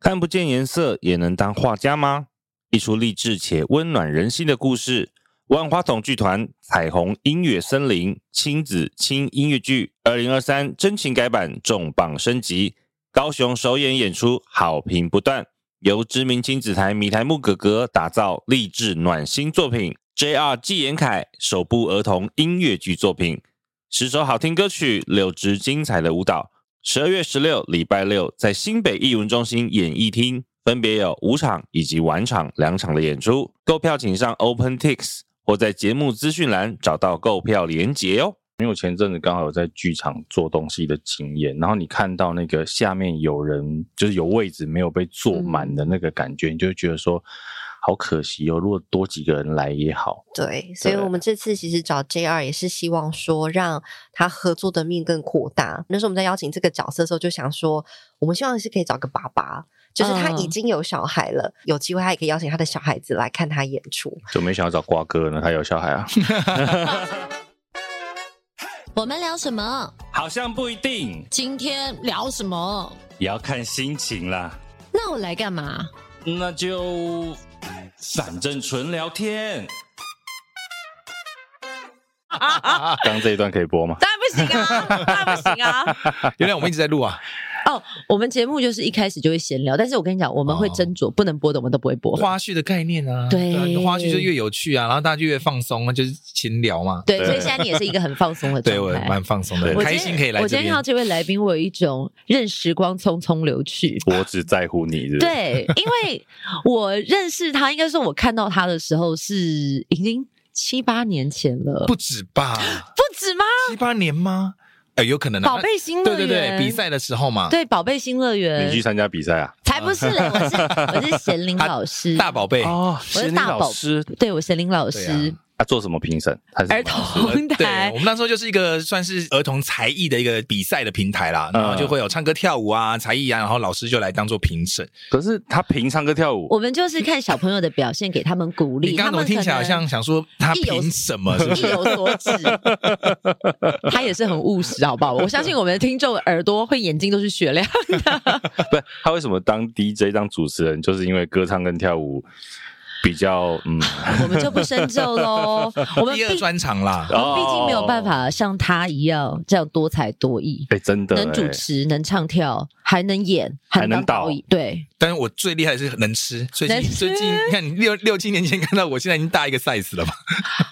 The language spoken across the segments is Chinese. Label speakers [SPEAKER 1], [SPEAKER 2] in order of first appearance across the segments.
[SPEAKER 1] 看不见颜色也能当画家吗？一出励志且温暖人心的故事，万花筒剧团《彩虹音乐森林》亲子轻音乐剧二零二三真情改版重磅升级，高雄首演演出好评不断。由知名亲子台米台木哥哥打造励志暖心作品，J.R. 纪言凯首部儿童音乐剧作品，十首好听歌曲，六支精彩的舞蹈。十二月十六礼拜六在新北艺文中心演艺厅，分别有午场以及晚场两场的演出。购票请上 OpenTix 或在节目资讯栏找到购票连结哦。因为我前阵子刚好有在剧场做东西的经验，然后你看到那个下面有人就是有位置没有被坐满的那个感觉，你就会觉得说好可惜哦。如果多几个人来也好，
[SPEAKER 2] 对，所以
[SPEAKER 1] 对
[SPEAKER 2] 我们这次其实找 JR 也是希望说，让他合作的面更扩大。那时候我们在邀请这个角色的时候，就想说，我们希望是可以找个爸爸，就是他已
[SPEAKER 3] 嗯
[SPEAKER 2] 经有小孩了，有机会他也可以邀请他的小孩子来看他演出。
[SPEAKER 1] 就没想到找瓜哥呢，他有小孩啊，
[SPEAKER 3] 我们聊什么？
[SPEAKER 1] 好像不一定，
[SPEAKER 3] 今天聊什么？
[SPEAKER 1] 也要看心情啦。
[SPEAKER 3] 那我来干嘛？
[SPEAKER 1] 那就反正纯聊天。 刚这一段可以播吗？
[SPEAKER 3] 当然不行啊，当然不行啊！
[SPEAKER 4] 原来我们一直在录啊，
[SPEAKER 3] 哦， 我们节目就是一开始就会闲聊，但是我跟你讲，我们
[SPEAKER 4] 哦
[SPEAKER 3] 会斟酌，不能播的我们都不会播。
[SPEAKER 4] 花絮的概念啊，
[SPEAKER 3] 对
[SPEAKER 4] 啊花絮就越有趣啊，然后大家就越放松，就是闲聊嘛。
[SPEAKER 3] 对，
[SPEAKER 1] 对
[SPEAKER 3] 所以现在你也是一个很放松的
[SPEAKER 4] 对
[SPEAKER 3] 状
[SPEAKER 4] 我
[SPEAKER 3] 态。
[SPEAKER 4] 蛮放松
[SPEAKER 1] 对
[SPEAKER 4] 的，
[SPEAKER 3] 我今
[SPEAKER 4] 开
[SPEAKER 3] 天
[SPEAKER 4] 心可以来
[SPEAKER 3] 我
[SPEAKER 4] 这
[SPEAKER 3] 今天看到。
[SPEAKER 4] 边
[SPEAKER 3] 这位来宾，我有一种任时光匆匆流去。
[SPEAKER 1] 我只在乎你是不是，
[SPEAKER 3] 对，因为我认识他，应该说我看到他的时候是已经七八年前了，
[SPEAKER 4] 不止 吧？
[SPEAKER 3] 不止吗？
[SPEAKER 4] 七八年吗？哎，有可能啊。
[SPEAKER 3] 宝贝新
[SPEAKER 4] 那
[SPEAKER 3] 乐
[SPEAKER 4] 对
[SPEAKER 3] 园，
[SPEAKER 4] 对对，比赛的时候嘛，
[SPEAKER 3] 对宝贝新乐园
[SPEAKER 1] 你去，参加比赛啊？
[SPEAKER 3] 才不是嘞，我是 我是贤玲老师，
[SPEAKER 4] 大宝贝，
[SPEAKER 1] 哦，
[SPEAKER 3] 我
[SPEAKER 1] 是
[SPEAKER 3] 是
[SPEAKER 1] 你
[SPEAKER 3] 大宝
[SPEAKER 1] 老师，
[SPEAKER 3] 对我贤玲老
[SPEAKER 4] 对啊
[SPEAKER 3] 师，
[SPEAKER 1] 他做什么评审？他是什么
[SPEAKER 3] 儿
[SPEAKER 1] 老师
[SPEAKER 3] 童
[SPEAKER 4] 对，
[SPEAKER 3] 啊台
[SPEAKER 4] 我。们那时候就是一个算是儿童才艺的一个比赛的平台啦，
[SPEAKER 1] 嗯
[SPEAKER 4] 然后就会有唱歌、跳舞啊、才艺啊，然后老师就来当做评审。
[SPEAKER 1] 可是他平唱歌跳舞，
[SPEAKER 3] 我们就是看小朋友的表现，给他们鼓励。
[SPEAKER 4] 你刚刚
[SPEAKER 3] 他
[SPEAKER 4] 怎么
[SPEAKER 3] 们
[SPEAKER 4] 听
[SPEAKER 3] 可
[SPEAKER 4] 起来好
[SPEAKER 3] 能
[SPEAKER 4] 像想说他
[SPEAKER 3] 一有
[SPEAKER 4] 凭什么？是不
[SPEAKER 3] 意
[SPEAKER 4] 是？
[SPEAKER 3] 有所指， 他也是很务实，好不好？我相信我们的听众耳朵会眼睛都是雪亮。
[SPEAKER 1] 不，他为什么当 DJ 当主持人？就是因为歌唱跟跳舞比较 嗯，
[SPEAKER 3] 我们就不 深究喽。我们
[SPEAKER 4] 第
[SPEAKER 3] 毕
[SPEAKER 4] 二专场啦，
[SPEAKER 3] 我们毕竟没有办
[SPEAKER 1] 哦。
[SPEAKER 3] 法像他一样这样多才多艺，
[SPEAKER 1] 哎，真的
[SPEAKER 3] 能主
[SPEAKER 1] 哎
[SPEAKER 3] 持，能唱跳，还能演，还
[SPEAKER 1] 还
[SPEAKER 3] 能
[SPEAKER 1] 能
[SPEAKER 3] 当
[SPEAKER 1] 导
[SPEAKER 3] 导演。对，
[SPEAKER 4] 但是我最厉害的是能吃。最近
[SPEAKER 3] 能吃
[SPEAKER 4] 最近，你看你六六七年前看到我，现在已经大一个 size 了 吧？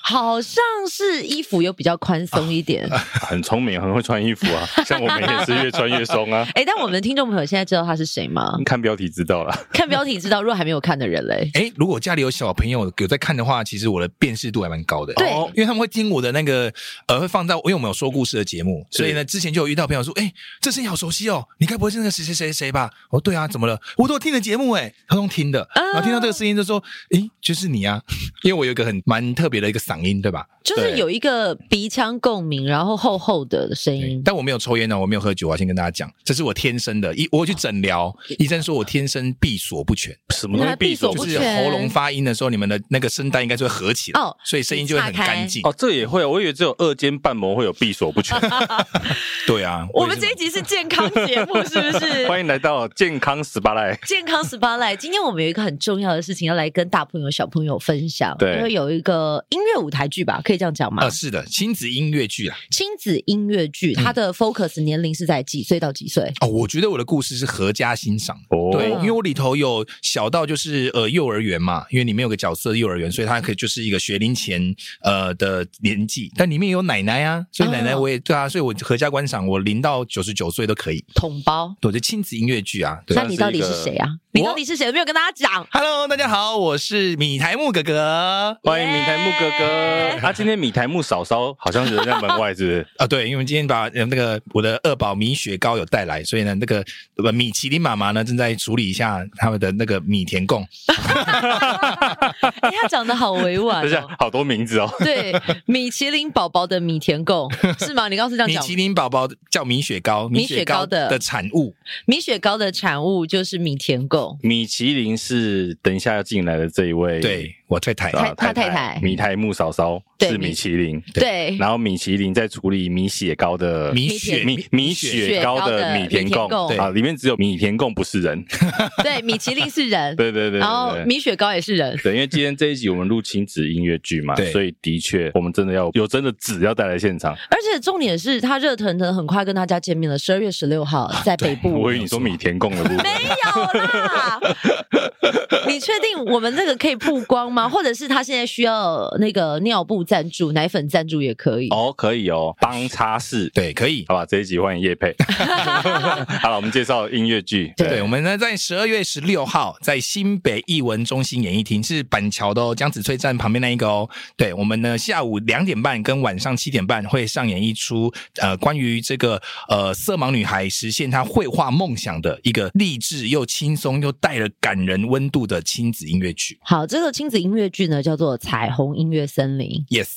[SPEAKER 3] 好像是衣服又比较宽松一点。
[SPEAKER 1] 哎很聪明，很会穿衣服啊。像我们也是越穿越松 啊。
[SPEAKER 3] 哎，但我们听众朋友现在知道他是谁吗？
[SPEAKER 1] 看标题知道了，
[SPEAKER 3] 看标题知道，如果还没有看的人嘞，
[SPEAKER 4] 哎，如果家里有小朋友有在看的话，其实我的辨识度还蛮高的。
[SPEAKER 3] 对
[SPEAKER 4] 哦因为他们会听我的那个呃，会放到，因为我们有说故事的节目，
[SPEAKER 1] 是
[SPEAKER 4] 所以呢，之前就有遇到朋友说，哎，这声音好熟悉哦，你该不会是那个谁谁谁谁吧？哦，对啊，怎么了？我都有听你的节目哎，他用听的，
[SPEAKER 3] 啊
[SPEAKER 4] 然后听到这个声音就说，哎，就是你啊， 因为我有一个很蛮特别的一个嗓音，对吧？
[SPEAKER 3] 就是
[SPEAKER 1] 对
[SPEAKER 3] 有一个鼻腔共鸣，然后厚厚的声
[SPEAKER 4] 对
[SPEAKER 3] 音。
[SPEAKER 4] 但我没有抽烟呢，我没有喝酒啊，先跟大家讲，这是我天生的。医
[SPEAKER 3] 哦
[SPEAKER 4] 我有去诊疗，医生说我天生闭锁不全，
[SPEAKER 1] 什么东西
[SPEAKER 3] 那闭
[SPEAKER 1] 闭
[SPEAKER 3] 锁
[SPEAKER 1] 锁
[SPEAKER 3] 不
[SPEAKER 1] 不
[SPEAKER 4] 就
[SPEAKER 1] 全
[SPEAKER 4] 是
[SPEAKER 3] 全
[SPEAKER 4] 喉咙发音的时候，你们的那个声带应该就会合起来，
[SPEAKER 3] 哦
[SPEAKER 4] 所以声音就会很
[SPEAKER 3] 岔开
[SPEAKER 4] 干净。
[SPEAKER 1] 哦，这也会啊，我以为只有二尖瓣膜会有闭锁不全。
[SPEAKER 4] 对啊，
[SPEAKER 3] 我们
[SPEAKER 4] 也是
[SPEAKER 3] 这一集是健康节目，是 不是？
[SPEAKER 1] 欢迎来到健康 SPA 赖，
[SPEAKER 3] 健康 SPA 来，今天我们有一个很重要的事情要来跟大朋友、小朋友分享，
[SPEAKER 1] 对啊
[SPEAKER 3] 因为有一个音乐舞台剧吧，可以这样讲吗
[SPEAKER 4] 呃，？是的，亲子音乐剧啊。
[SPEAKER 3] 亲子音乐剧，
[SPEAKER 1] 嗯
[SPEAKER 3] 它的 focus 年龄是在几岁到几岁？
[SPEAKER 4] 哦，我觉得我的故事是合家欣赏的。
[SPEAKER 1] 哦
[SPEAKER 4] 对，因为我里头有小到就是呃幼儿园嘛，因为里面有个角色幼儿园，所以他可以就是一个学龄前呃的年纪，但里面有奶奶啊，所以奶奶
[SPEAKER 3] 哦
[SPEAKER 4] 我也、对啊，所以我合家观赏，我零到九十九岁都可以。
[SPEAKER 3] 同胞，
[SPEAKER 4] 对，就亲子音乐剧啊。对
[SPEAKER 3] 那你到底是谁啊？你到底是谁？没有跟大家讲。
[SPEAKER 4] ，Hello，大家好，我是米台木哥哥。
[SPEAKER 1] 欢迎米台木哥哥。他、今天米台木嫂嫂好像人在门外，是不是？
[SPEAKER 4] 啊，对，因为今天把呃那个我的二宝米雪糕有带来，所以呢，那个呃米其林妈妈呢正在处理一下他们的那个米田共，
[SPEAKER 3] 哎，他讲的好委婉
[SPEAKER 1] 等一下
[SPEAKER 3] 哦。
[SPEAKER 1] 好多名字哦，
[SPEAKER 3] 对，米其林宝宝的米田共是吗？你刚刚是这样
[SPEAKER 4] 米
[SPEAKER 3] 讲吗。
[SPEAKER 4] 其林宝宝叫米雪糕，
[SPEAKER 3] 米雪
[SPEAKER 4] 雪
[SPEAKER 3] 糕的
[SPEAKER 4] 的产物，
[SPEAKER 3] 米雪糕的产物就是米田共，
[SPEAKER 1] 米其林是等一下要进来的这一位，
[SPEAKER 4] 对我太太。
[SPEAKER 1] 啊，
[SPEAKER 3] 他
[SPEAKER 1] 太
[SPEAKER 3] 太太
[SPEAKER 1] 米苔木嫂嫂
[SPEAKER 3] 对
[SPEAKER 1] 是
[SPEAKER 3] 米
[SPEAKER 1] 米其林，
[SPEAKER 3] 对，
[SPEAKER 1] 然后米其林在处理米雪糕的
[SPEAKER 4] 米
[SPEAKER 3] 米
[SPEAKER 4] 雪
[SPEAKER 3] 田
[SPEAKER 1] 米米雪糕的米田
[SPEAKER 3] 米田
[SPEAKER 1] 共
[SPEAKER 3] 共
[SPEAKER 1] 啊，里面只有米田共不是人，
[SPEAKER 3] 对，米其林是人，
[SPEAKER 1] 对对对对
[SPEAKER 3] 然后
[SPEAKER 1] 对。
[SPEAKER 3] 米雪糕也是人，
[SPEAKER 1] 对，因为今天这一集我们录亲子音乐剧嘛，
[SPEAKER 4] 对
[SPEAKER 1] 所以的确我们真的要有真的纸要带来现场。
[SPEAKER 3] 而且重点是他热腾腾很快跟大家见面了，十二月十六号在北
[SPEAKER 4] 嗯
[SPEAKER 3] 部。
[SPEAKER 1] 我以为你说米田共的部分，
[SPEAKER 3] 没有 啦，你确定我们这个可以曝光 吗？或者是他现在需要那个尿布赞助、奶粉赞助也可以。
[SPEAKER 1] 哦，可以哦，帮擦拭，
[SPEAKER 4] 对，可以。
[SPEAKER 1] 好吧，这一集欢迎叶 佩。好了，我们介绍音乐剧，
[SPEAKER 4] 对，我们呢在十二月十六号在新北艺文中心演艺厅，是板桥的哦，江子翠站旁边那一个哦。对，我们呢下午两点半跟晚上七点半会上演一出呃关于这个呃色盲女孩实现她绘画梦想的一个励志又轻松又带了感人温度的亲子音乐剧。
[SPEAKER 3] 好，这个亲子音乐剧呢叫做《彩虹音乐森林》，
[SPEAKER 4] Yes，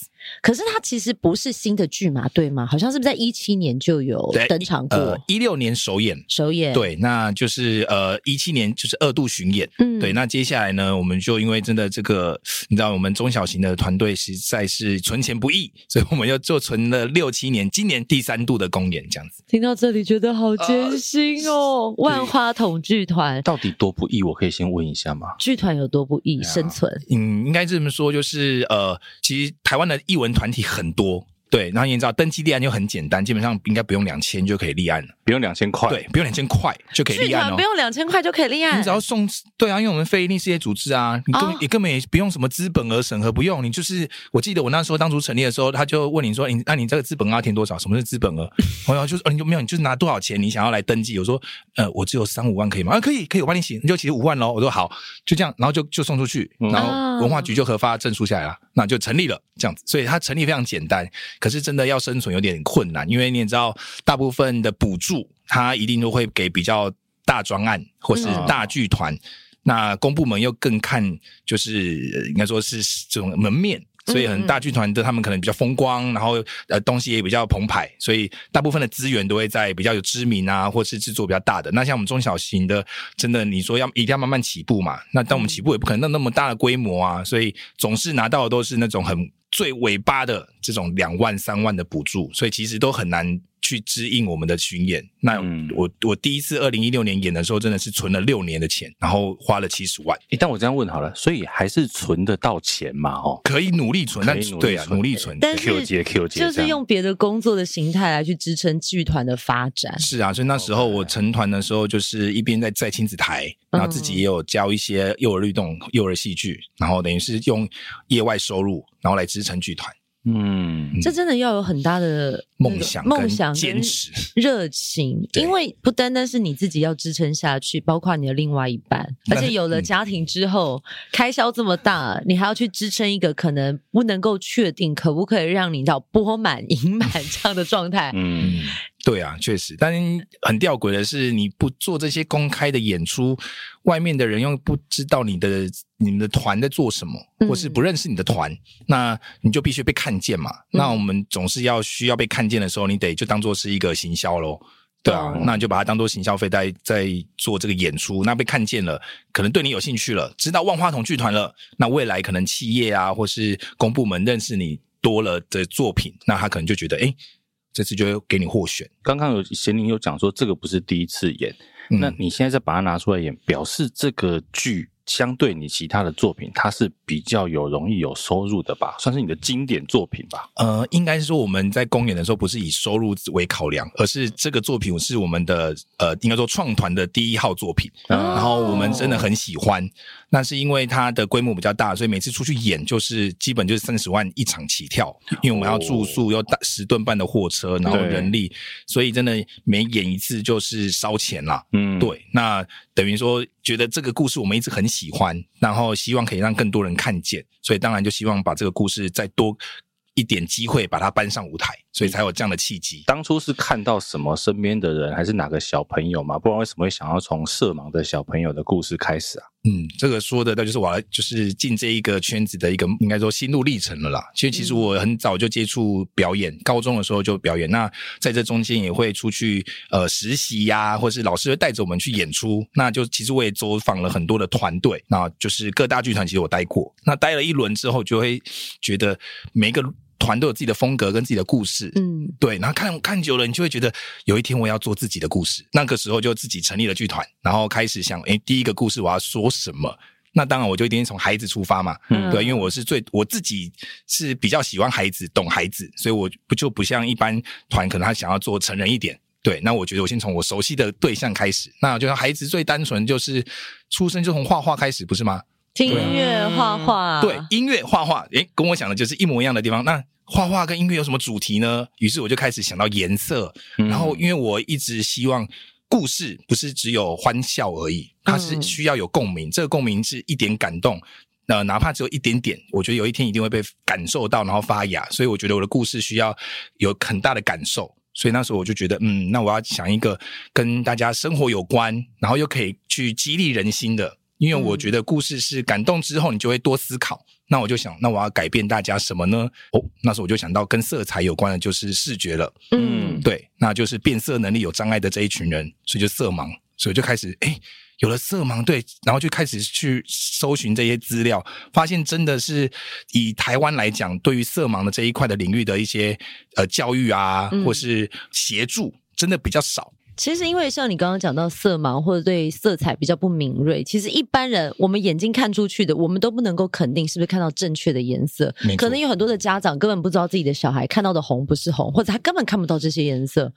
[SPEAKER 3] 可是它其实不是新的剧嘛，对吗？好像是不是在一七年就有
[SPEAKER 4] 对
[SPEAKER 3] 哦登场过、
[SPEAKER 4] 呃，一六年首演。
[SPEAKER 3] 首演？，
[SPEAKER 4] 对，那就是呃，一七年就是二度巡演，
[SPEAKER 3] 嗯
[SPEAKER 4] 对，那接下来呢，我们就因为真的这个，你知道，我们中小型的团队实在是存钱不易， 所以我们又就存了六七年，今年第三度的公演这样子。
[SPEAKER 3] 听到这里觉得好艰辛哦。万花筒剧团，
[SPEAKER 1] 到底多不易？我可以先问一下吗？
[SPEAKER 3] 剧团有多不易生存？
[SPEAKER 4] 嗯，应该这么说，就是呃，其实台湾的艺文团体很多。对，然后你也知道登记立案就很简单，基本上应该不用两千就可以立案了。
[SPEAKER 1] 不用两千块，
[SPEAKER 4] 对，不用两千块就可以
[SPEAKER 3] 剧
[SPEAKER 4] 立案
[SPEAKER 3] 团
[SPEAKER 4] 哦
[SPEAKER 3] 不。用两千块就可以立案
[SPEAKER 4] 你只，要送对啊，因为我们非营利事业组织啊，你根本、
[SPEAKER 3] 哦
[SPEAKER 4] 也根本也不用什么资本额审核，不用你就是，我记得我那时候当初成立的时候，他就问你说，哎你那、你这个资本额要填多少？什么是资本额？我然后就是、哦、你就没有，你就拿多少钱你想要来登记？我说呃，我只有三五万可以吗？啊，可以可以，我帮你写，你就写五万喽。我说好，就这样，然后就就送出去，
[SPEAKER 1] 嗯
[SPEAKER 4] 然后文化局就核发证书下来了，那就成立了这样子。所以它成立非常简单，可是真的要生存有点困难，因为你也知道，大部分的补助它一定都会给比较大专案或是
[SPEAKER 1] 嗯
[SPEAKER 4] 大剧团。那公部门又更看，就是呃应该说是这种门面，所以
[SPEAKER 3] 嗯
[SPEAKER 4] 很
[SPEAKER 3] 嗯
[SPEAKER 4] 大剧团的他们可能比较风光，然后呃东西也比较澎湃，所以大部分的资源都会在比较有知名啊，或是制作比较大的。那像我们中小型的，真的你说要一定要慢慢起步嘛，那但我们起步也不可能那那么大的规模啊，所以总是拿到的都是那种很最尾巴的这种两万三万的补助，所以其实都很难。去支应我们的巡演，那
[SPEAKER 1] 嗯
[SPEAKER 4] 哎我我第一次二零一六年演的时候，真的是存了六年的钱，然后花了七十万，
[SPEAKER 1] 诶但我这样问好了，所以还是存得到钱嘛？哦，
[SPEAKER 4] 可以努力存，
[SPEAKER 1] 可
[SPEAKER 4] 但
[SPEAKER 1] 以努力
[SPEAKER 4] 对啊，
[SPEAKER 1] 存
[SPEAKER 4] 努力存，
[SPEAKER 3] 但
[SPEAKER 1] Q
[SPEAKER 3] 是
[SPEAKER 1] 接 Q 接，
[SPEAKER 3] 就是用别的工作的形态来去支撑剧团的发展。
[SPEAKER 4] 是啊，所以那时候
[SPEAKER 1] 哦
[SPEAKER 4] 我成团的时候，就是一边在在亲子台，然后自
[SPEAKER 3] 嗯
[SPEAKER 4] 己也有教一些幼儿律动、幼儿戏剧，然后等于是用业外收入，然后来支撑剧团
[SPEAKER 1] 嗯，
[SPEAKER 3] 这真的要有很大的那个
[SPEAKER 4] 梦想、
[SPEAKER 3] 嗯梦想、
[SPEAKER 4] 坚持。
[SPEAKER 3] 热情，
[SPEAKER 4] 对
[SPEAKER 3] 因为不单单是你自己要支撑下去，包括你的另外一半，而
[SPEAKER 4] 但
[SPEAKER 3] 且有了家庭之后，开销这么大，你还要去支撑一个可能不能够确定可不可以让你到钵满盈满这样的状态。
[SPEAKER 1] 嗯
[SPEAKER 4] 嗯， 对啊，确实，但很吊诡的是，你不做这些公开的演出，外面的人又不知道你的你们的团在做什么，
[SPEAKER 3] 嗯
[SPEAKER 4] 或是不认识你的团，那你就必须被看见嘛。那我们总是要需要被看见的时候，你得就当做是一个行销喽。对啊，
[SPEAKER 1] 懂
[SPEAKER 4] 那你就把它当做行销费在在做这个演出，那被看见了，可能对你有兴趣了，知道万花筒剧团了，那未来可能企业啊或是公部门认识你多了的作品，那他可能就觉得，哎，这次就会给你获选。
[SPEAKER 1] 刚刚有贤玲有讲说这个不是第一次演，
[SPEAKER 4] 嗯
[SPEAKER 1] 那你现在再把它拿出来演，表示这个剧相对你其他的作品，它是比较有容易有收入的吧，算是你的经典作品吧。
[SPEAKER 4] 呃，应该是说我们在公演的时候，不是以收入为考量，而是这个作品是我们的呃，应该说创团的第一号作品，然后我们真的很喜欢。那是因为它的规模比较大，所以每次出去演就是基本就是三十万一场起跳，因为我们要住宿，要大十吨半的货车，然后
[SPEAKER 1] 对
[SPEAKER 4] 人力，所以真的每演一次就是烧钱啦。
[SPEAKER 1] 嗯，
[SPEAKER 4] 对，那等于说觉得这个故事我们一直很喜欢，然后希望可以让更多人看见，所以当然就希望把这个故事再多一点机会把它搬上舞台，所以才有这样的契机。
[SPEAKER 1] 当初是看到什么身边的人，还是哪个小朋友嘛？不然为什么会想要从色盲的小朋友的故事开始啊？
[SPEAKER 4] 嗯，这个说的那就是我来就是进这一个圈子的一个应该说心路历程了啦。其实其实我很早就接触表演，高中的时候就表演。那在这中间也会出去呃实习呀、或是老师会带着我们去演出。那就其实我也走访了很多的团队，那就是各大剧团其实我待过。那待了一轮之后，就会觉得每一个团都有自己的风格跟自己的故事。
[SPEAKER 3] 嗯，
[SPEAKER 4] 对，然后看看久了，你就会觉得有一天我要做自己的故事。那个时候就自己成立了剧团，然后开始想，诶，第一个故事我要说什么？那当然，我就一定从孩子出发嘛，
[SPEAKER 1] 嗯
[SPEAKER 4] 对，因为我是最我自己是比较喜欢孩子，懂孩子，所以我不就不像一般团，可能他想要做成人一点。对，那我觉得我先从我熟悉的对象开始。那就是孩子最单纯，就是出生就从画画开始，不是吗？
[SPEAKER 3] 听
[SPEAKER 4] 对
[SPEAKER 3] 音乐、画画，
[SPEAKER 4] 对，音乐、画画，诶，跟我想的就是一模一样的地方。那画画跟音乐有什么主题呢？于是我就开始想到颜色，
[SPEAKER 1] 嗯
[SPEAKER 4] 然后因为我一直希望故事不是只有欢笑而已，它是
[SPEAKER 3] 嗯
[SPEAKER 4] 需要有共鸣，这个共鸣是一点感动。呃，哪怕只有一点点，我觉得有一天一定会被感受到，然后发芽。所以我觉得我的故事需要有很大的感受。所以那时候我就觉得，嗯，那我要想一个跟大家生活有关，然后又可以去激励人心的。因为我觉得故事是感动之后，你就会多思考。那我就想，那我要改变大家什么呢？哦，那时候我就想到跟色彩有关的就是视觉了。
[SPEAKER 3] 嗯，
[SPEAKER 4] 对，那就是变色能力有障碍的这一群人，所以就色盲，所以就开始哎、诶有了色盲对，然后就开始去搜寻这些资料，发现真的是以台湾来讲，对于色盲的这一块的领域的一些呃教育啊，
[SPEAKER 3] 嗯
[SPEAKER 4] 或是协助，真的比较少。
[SPEAKER 3] 其实因为像你刚刚讲到色盲或者对色彩比较不敏锐，其实一般人我们眼睛看出去的，我们都不能够肯定是不是看到正确的颜色
[SPEAKER 4] 没错。
[SPEAKER 3] 可能有很多的家长根本不知道自己的小孩看到的红不是红，或者他根本看不到这些颜色。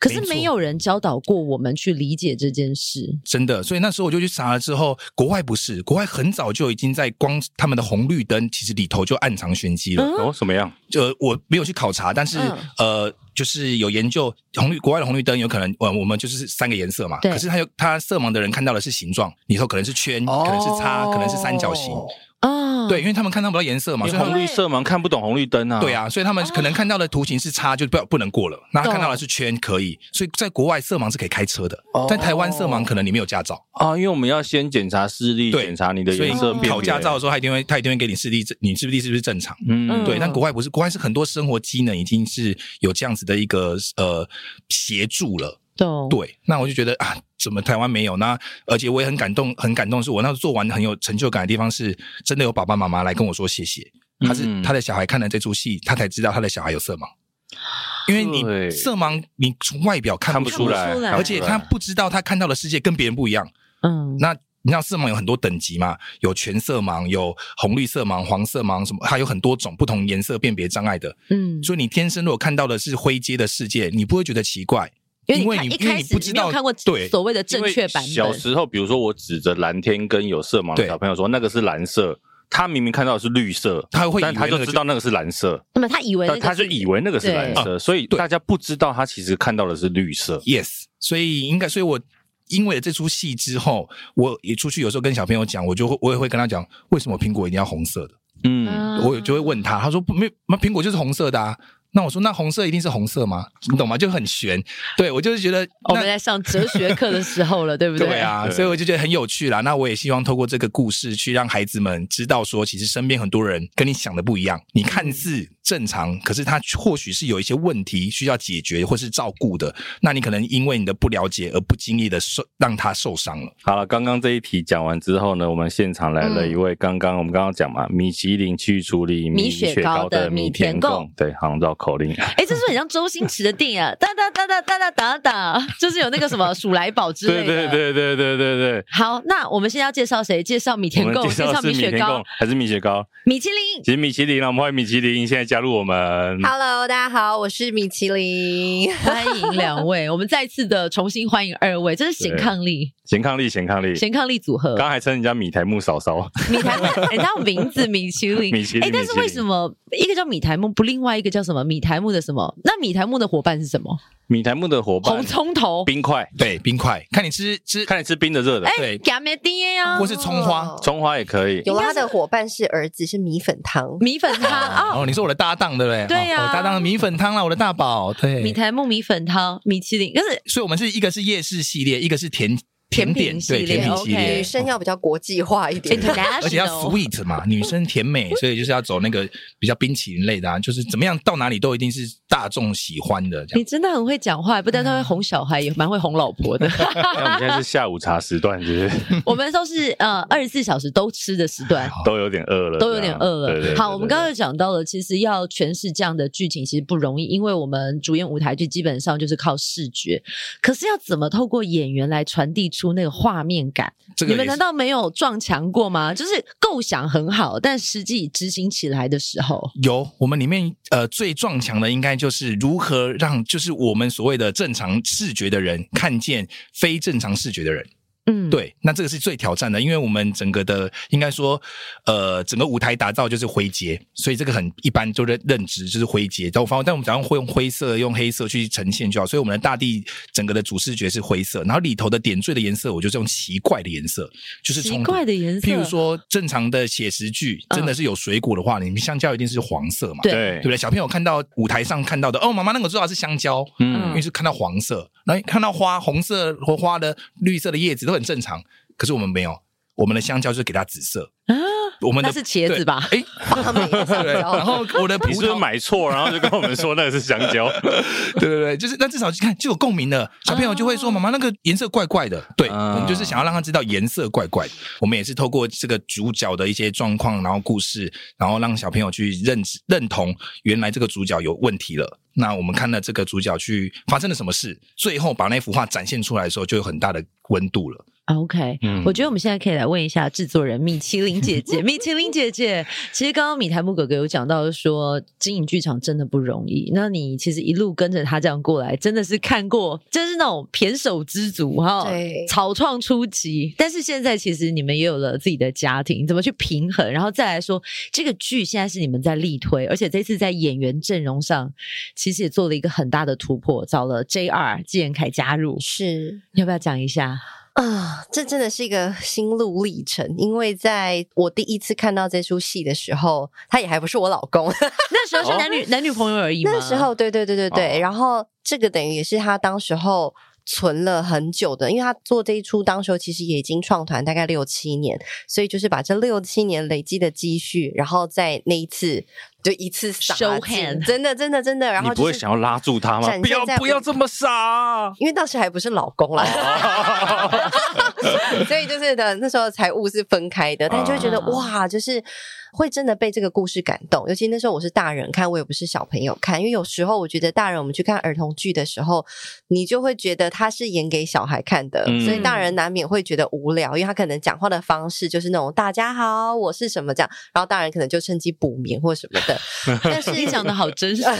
[SPEAKER 3] 可是
[SPEAKER 4] 没错
[SPEAKER 3] 没有人教导过我们去理解这件事。
[SPEAKER 4] 真的，所以那时候我就去查了之后，国外不是，国外很早就已经在光他们的红绿灯，其实里头就暗藏玄机了。
[SPEAKER 1] 哦什么样？
[SPEAKER 4] 呃，我没有去考察，但是、
[SPEAKER 3] 嗯
[SPEAKER 4] 呃，就是有研究红绿国外的红绿灯有可能，呃，我们就是三个颜色嘛，
[SPEAKER 3] 对
[SPEAKER 4] 可是它有它色盲的人看到的是形状，里头可能是圈，
[SPEAKER 1] 哦
[SPEAKER 4] 可能是叉，可能是三角形，
[SPEAKER 3] 啊、
[SPEAKER 4] 对，因为他们看到不到颜色嘛，
[SPEAKER 1] 因
[SPEAKER 4] 所
[SPEAKER 1] 为嗯
[SPEAKER 4] 以他
[SPEAKER 1] 红
[SPEAKER 4] 们。
[SPEAKER 1] 绿色盲看不懂红绿灯啊。
[SPEAKER 4] 对，啊，所以他们可能看到的图形是叉，就不不能过了。那他
[SPEAKER 3] 懂
[SPEAKER 4] 看到的是圈，可以。所以在国外色盲是可以开车的，
[SPEAKER 1] 哦
[SPEAKER 4] 在台湾色盲可能你没有驾照，
[SPEAKER 1] 啊，因为我们要先检查视力，
[SPEAKER 4] 对
[SPEAKER 1] 检查你的
[SPEAKER 4] 所以
[SPEAKER 1] 颜色辨别。
[SPEAKER 4] 考驾照的时候，他一定会他一定会给你视力，你视力是不是正常？
[SPEAKER 1] 嗯，
[SPEAKER 4] 对，
[SPEAKER 3] 嗯
[SPEAKER 4] 但国外不是，国外是很多生活机能已经是有这样子的一个呃协助了。
[SPEAKER 3] 懂，
[SPEAKER 4] 对，那我就觉得啊，怎么台湾没有？那而且我也很感动，很感动，是我那时候做完很有成就感的地方是，真的有爸爸妈妈来跟我说谢谢。他是、
[SPEAKER 1] 嗯
[SPEAKER 4] 他的小孩看了这出戏，他才知道他的小孩有色盲，因为
[SPEAKER 1] 对
[SPEAKER 4] 你色盲，你从外表看
[SPEAKER 1] 看
[SPEAKER 4] 不
[SPEAKER 1] 不
[SPEAKER 4] 出
[SPEAKER 1] 出
[SPEAKER 4] 来，
[SPEAKER 1] 来，
[SPEAKER 3] 看不出来
[SPEAKER 1] 看不
[SPEAKER 4] 而且他不知道他看到的世界跟别人不一样。
[SPEAKER 3] 嗯，
[SPEAKER 4] 那你知道色盲有很多等级嘛？有全色盲，有红绿色盲、黄色盲什么，它有很多种不同颜色辨别障碍的。
[SPEAKER 3] 嗯，
[SPEAKER 4] 所以你天生如果看到的是灰阶的世界，你不会觉得奇怪，
[SPEAKER 3] 因为
[SPEAKER 4] 因为
[SPEAKER 3] 你
[SPEAKER 4] 你
[SPEAKER 3] 看一开
[SPEAKER 4] 因为
[SPEAKER 3] 始
[SPEAKER 4] 你不知道
[SPEAKER 3] 没有看过
[SPEAKER 4] 对
[SPEAKER 3] 所谓的正确版
[SPEAKER 1] 因为小
[SPEAKER 3] 本，
[SPEAKER 1] 时候，比如说我指着蓝天跟有色盲的
[SPEAKER 4] 对
[SPEAKER 1] 小朋友说那个是蓝色，他明明看到的是绿色，
[SPEAKER 4] 他会以为
[SPEAKER 1] 但他
[SPEAKER 4] 那
[SPEAKER 1] 就
[SPEAKER 4] 个
[SPEAKER 1] 知道那个是蓝色，
[SPEAKER 3] 那么他以为那
[SPEAKER 1] 但
[SPEAKER 3] 个
[SPEAKER 1] 他就以为那个是蓝色，所以
[SPEAKER 4] 啊对
[SPEAKER 1] 大家不知道他其实看到的是绿色。
[SPEAKER 4] yes。所以应该，所以我因为这出戏之后，我也出去有时候跟小朋友讲，我就会我也会跟他讲，为什么苹果一定要红色的？
[SPEAKER 1] 嗯，
[SPEAKER 3] 啊
[SPEAKER 4] 我有就会问他，他说不没有，那苹果就是红色的啊。那我说那红色一定是红色吗？你懂吗？就很悬。对我就是觉得
[SPEAKER 3] 啊哦我
[SPEAKER 4] 那
[SPEAKER 3] 们在上哲学课的时候了，对不
[SPEAKER 4] 对啊，
[SPEAKER 1] 对
[SPEAKER 4] 所以我就觉得很有趣啦。那我也希望透过这个故事，去让孩子们知道说，其实身边很多人跟你想的不一样。你看似正常，可是他或许是有一些问题需要解决或是照顾的。那你可能因为你的不了解而不经意的受让他受伤了。
[SPEAKER 1] 好了，刚刚这一题讲完之后呢，我们现场来了一位，刚刚我们刚刚讲嘛，米其林去处理
[SPEAKER 3] 米雪
[SPEAKER 1] 雪糕
[SPEAKER 3] 糕的
[SPEAKER 1] 的米
[SPEAKER 3] 米
[SPEAKER 1] 田
[SPEAKER 3] 田
[SPEAKER 1] 共
[SPEAKER 3] 共，
[SPEAKER 1] 对，好像绕口令。
[SPEAKER 3] 哎，这是不是很像周星驰的电影啊，哒哒哒哒哒哒哒哒，就是有那个什么鼠来宝之类
[SPEAKER 1] 对
[SPEAKER 3] 的。
[SPEAKER 1] 对对对对对
[SPEAKER 3] 好，那我们现在要介绍谁？介绍米
[SPEAKER 1] 对，我们
[SPEAKER 3] 田共，
[SPEAKER 1] 介
[SPEAKER 3] 介
[SPEAKER 1] 绍的是
[SPEAKER 3] 米
[SPEAKER 1] 米
[SPEAKER 3] 雪
[SPEAKER 1] 田共
[SPEAKER 3] 糕、
[SPEAKER 1] 还是米雪糕？
[SPEAKER 3] 米其林。
[SPEAKER 1] 其实米其林了，啊我们欢迎米其林现在加入我
[SPEAKER 4] 嗯
[SPEAKER 1] 们。
[SPEAKER 2] Hello，大家好，我是米其林。
[SPEAKER 3] 欢迎两位，我们再次的重新欢迎二位，这是显抗力，
[SPEAKER 1] 贤康力，贤康力，
[SPEAKER 3] 显抗力组合。
[SPEAKER 1] 刚还称人家米台木嫂嫂，
[SPEAKER 3] 米台木，哎人家有名字米其林，
[SPEAKER 1] 米其林
[SPEAKER 3] 哎，但是
[SPEAKER 1] 米其林
[SPEAKER 3] 为什么一个叫米台木，不另外一个叫什么米台木的什么？那米台木的伙伴是什么？
[SPEAKER 1] 米台木的伙伴
[SPEAKER 3] 红葱头，
[SPEAKER 1] 冰块，
[SPEAKER 4] 对，冰块，看你吃吃，
[SPEAKER 1] 看你吃冰的热
[SPEAKER 3] 哎
[SPEAKER 1] 的，
[SPEAKER 4] 对，
[SPEAKER 3] 干梅爹呀
[SPEAKER 4] 或，是葱花
[SPEAKER 2] 哦
[SPEAKER 1] 葱花也可以。
[SPEAKER 2] 有啦他的伙伴是儿子，是米粉汤。
[SPEAKER 4] 嗯
[SPEAKER 3] 米粉汤啊，
[SPEAKER 4] 哦，你说我的大搭档，对不对？
[SPEAKER 3] 对呀
[SPEAKER 4] 哦我搭档的米粉汤啦，我的大宝，对，
[SPEAKER 3] 哦米苔木米粉汤、米其林，可是
[SPEAKER 4] 所以我们是一个是夜市系列，一个是甜
[SPEAKER 3] 甜品
[SPEAKER 4] 甜点，
[SPEAKER 3] 系
[SPEAKER 4] 对
[SPEAKER 3] 列
[SPEAKER 4] 甜品系
[SPEAKER 3] OK
[SPEAKER 4] 列，
[SPEAKER 2] 女生要比较国际化一点。
[SPEAKER 3] international，
[SPEAKER 4] 而且要 sweet 嘛，女生甜 美，所以就是要走那个比较冰淇淋类的啊，就是怎么样到哪里都一定是大众喜欢的这
[SPEAKER 3] 你
[SPEAKER 4] 样。
[SPEAKER 3] 真的很会讲话，不但他会哄小孩，也蛮会哄老婆 的。
[SPEAKER 1] 那哎我们现在是下午茶时段， 是不是
[SPEAKER 3] 我们都是呃二十四小时都吃的时段。
[SPEAKER 1] 都有点饿了，
[SPEAKER 3] 都有点饿
[SPEAKER 4] 啊
[SPEAKER 1] 这样对对
[SPEAKER 3] 了。
[SPEAKER 1] 对
[SPEAKER 3] 好，我们
[SPEAKER 1] 对
[SPEAKER 3] 刚刚有讲到了，其实要诠释这样的剧情其实不容易，因为我们主演舞台剧基本上就是靠视觉，可是要怎么透过演员来传递出那个画面感？
[SPEAKER 4] 这个
[SPEAKER 3] 你
[SPEAKER 4] 也
[SPEAKER 3] 们
[SPEAKER 4] 是
[SPEAKER 3] 难道没有撞墙过吗？就是构想很好，但实际执行起来的时候，
[SPEAKER 4] 有，我们里面呃最撞墙的应该就是如何让就是我们所谓的正常视觉的人看见非正常视觉的人。
[SPEAKER 3] 嗯，，
[SPEAKER 4] 对，那这个是最挑战的，因为我们整个的应该说，呃，整个舞台打造就是灰阶，所以这个很一般，就认认知就是灰阶。但我发现，但我们只要会用灰色、用黑色去呈现就好，所以我们的大地整个的主视觉是灰色，然后里头的点缀的颜色，我就是用奇怪的颜色，就是
[SPEAKER 3] 奇
[SPEAKER 4] 冲突
[SPEAKER 3] 怪的颜色，嗯
[SPEAKER 4] 譬如说，正常的写实剧真的是有水果的话，你们香蕉一定是黄色嘛？
[SPEAKER 3] 对
[SPEAKER 4] 对不
[SPEAKER 1] 对，
[SPEAKER 4] 对？小朋友看到舞台上看到的，哦，妈妈那个最好是香蕉，因
[SPEAKER 1] 嗯
[SPEAKER 4] 为是看到黄色，然后看到花，红色和花的、绿色的叶子都很正常。可是我们没有，我们的香蕉就是给它紫色，
[SPEAKER 3] 啊，
[SPEAKER 4] 我们的
[SPEAKER 3] 那是茄子吧？哦
[SPEAKER 4] 哎，
[SPEAKER 2] 他们也想
[SPEAKER 4] 对， 然后我的葡
[SPEAKER 1] 你是不是
[SPEAKER 4] 萄，
[SPEAKER 1] 买错，然后就跟我们说那个是香 蕉？
[SPEAKER 4] 对对对，就是那至少看就有共鸣了，小朋友就会说
[SPEAKER 3] 哦
[SPEAKER 4] 妈妈那个颜色怪怪的，对，
[SPEAKER 1] 啊
[SPEAKER 4] 我们就是想要让他知道颜色怪怪的。我们也是透过这个主角的一些状况，然后故事，然后让小朋友去认知认同原来这个主角有问题了。那我们看了这个主角去发生了什么事，最后把那幅画展现出来的时候，就有很大的温度了。
[SPEAKER 3] 啊 OK，、
[SPEAKER 1] 嗯
[SPEAKER 3] 我觉得我们现在可以来问一下制作人米其林姐姐。米其林姐姐，其实刚刚米台木哥哥有讲到说，经营剧场真的不容易。那你其实一路跟着他这样过来，真的是看过，真是那种胼手知足哈，
[SPEAKER 2] 对
[SPEAKER 3] 草创初期。但是现在其实你们也有了自己的家庭，怎么去平衡？然后再来说，这个剧现在是你们在力推，而且这次在演员阵容上，其实也做了一个很大的突破，找了 JR 纪言凯加入，
[SPEAKER 2] 是
[SPEAKER 3] 要不要讲一下？
[SPEAKER 2] 啊，这真的是一个心路历程。因为在我第一次看到这出戏的时候，他也还不是我老公，
[SPEAKER 3] 那时候是男女、男女朋友而已吗？
[SPEAKER 2] 哦那时候，对对对对对，
[SPEAKER 1] 哦
[SPEAKER 2] 然后这个等于也是他当时候存了很久的，因为他做这一出，当时候其实也已经创团大概六七年，所以就是把这六七年累积的积蓄，然后在那一次就一次撒
[SPEAKER 3] Show
[SPEAKER 2] 进
[SPEAKER 3] hand
[SPEAKER 2] 真的真的真的，然后、
[SPEAKER 1] 你
[SPEAKER 2] 就是、
[SPEAKER 1] 不会想要拉住他吗
[SPEAKER 2] 展？现
[SPEAKER 1] 不要
[SPEAKER 2] 在
[SPEAKER 1] 不要
[SPEAKER 2] 舞
[SPEAKER 1] 这么傻啊！
[SPEAKER 2] 因为当时还不是老公啦，哦 所以就是的那时候财务是分开的，但就会觉得
[SPEAKER 3] 啊
[SPEAKER 2] 嗯哇，就是会真的被这个故事感动。尤其那时候我是大人看，我也不是小朋友看，因为有时候我觉得大人我们去看儿童剧的时候，你就会觉得他是演给小孩看的，
[SPEAKER 1] 嗯
[SPEAKER 2] 所以大人难免会觉得无聊，因为他可能讲话的方式就是那种大家好，我是什么这样，然后大人可能就趁机补眠或什么的。但是
[SPEAKER 3] 你讲的好真实哦、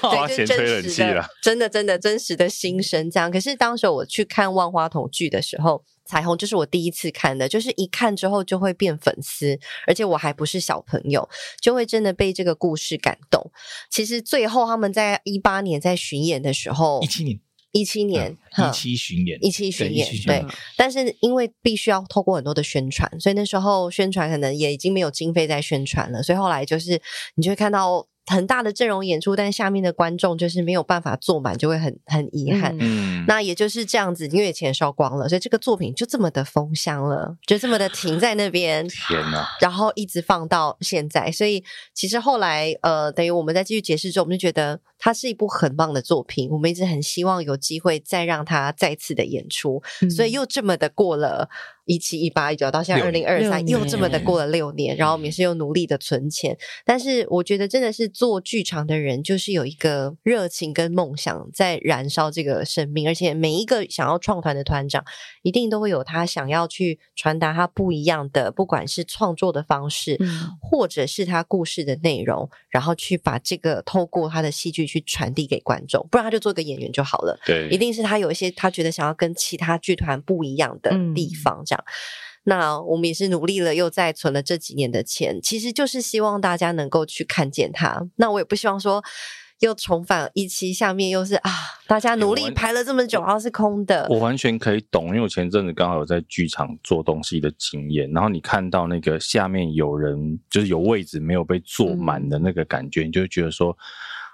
[SPEAKER 1] 花
[SPEAKER 2] 对，
[SPEAKER 1] 钱
[SPEAKER 2] 就是
[SPEAKER 1] 吹
[SPEAKER 2] 真
[SPEAKER 1] 冷
[SPEAKER 2] 实
[SPEAKER 1] 气
[SPEAKER 2] 的
[SPEAKER 1] 啦
[SPEAKER 2] 真的真的真实的心声这样。可是当时我去看《万花筒》剧的时候。彩虹就是我第一次看的，就是一看之后就会变粉丝，而且我还不是小朋友，就会真的被这个故事感动。其实最后他们在一八年在巡演的时候
[SPEAKER 4] 一，七年，
[SPEAKER 2] 一七年，
[SPEAKER 1] 嗯
[SPEAKER 2] 哼
[SPEAKER 4] 一七巡演，
[SPEAKER 2] 一期巡演
[SPEAKER 4] 对一期，巡
[SPEAKER 2] 对
[SPEAKER 4] 演，
[SPEAKER 2] 但是因为必须要透过很多的宣传，所以那时候宣传可能也已经没有经费在宣传了，所以后来就是你就会看到很大的阵容演出，但是下面的观众就是没有办法坐满，就会很很遗憾。
[SPEAKER 3] 嗯
[SPEAKER 1] 嗯，
[SPEAKER 2] 那也就是这样子，因为钱烧光了，所以这个作品就这么的封箱了，就这么的停在那 边。
[SPEAKER 1] 天哪！
[SPEAKER 2] 然后一直放到现在，所以其实后来呃，等于我们在继续解释之后，我们就觉得它是一部很棒的作品，我们一直很希望有机会再让它再次的演出，
[SPEAKER 3] 嗯
[SPEAKER 2] 所以又这么的过了一七一八一九到现在二
[SPEAKER 4] 六
[SPEAKER 2] 零
[SPEAKER 4] 年
[SPEAKER 2] 二三，
[SPEAKER 3] 六
[SPEAKER 2] 又这么的
[SPEAKER 3] 年嗯
[SPEAKER 2] 过了六年，然后我们也是又努力的存钱，但是我觉得真的是做剧场的人，就是有一个热情跟梦想在燃烧这个生命，而且每一个想要创团的团长，一定都会有他想要去传达他不一样的，不管是创作的方式，
[SPEAKER 3] 嗯
[SPEAKER 2] 或者是他故事的内容，然后去把这个透过他的戏剧去传递给观众，不然他就做个演员就好了。
[SPEAKER 1] 对，
[SPEAKER 2] 一定是他有一些他觉得想要跟其他剧团不一样的地
[SPEAKER 1] 嗯
[SPEAKER 2] 方，这样。那我们也是努力了，又再存了这几年的钱，其实就是希望大家能够去看见他。那我也不希望说。又重返一期，下面又是啊，大家努
[SPEAKER 1] 哎
[SPEAKER 2] 力
[SPEAKER 1] 我
[SPEAKER 2] 排了这么久，然后是空的
[SPEAKER 1] 我，完全可以懂，因为我前阵子刚好有在剧场做东西的经验，然后你看到那个下面有人就是有位置没有被坐
[SPEAKER 2] 嗯
[SPEAKER 1] 满的那个感觉，你就会觉得说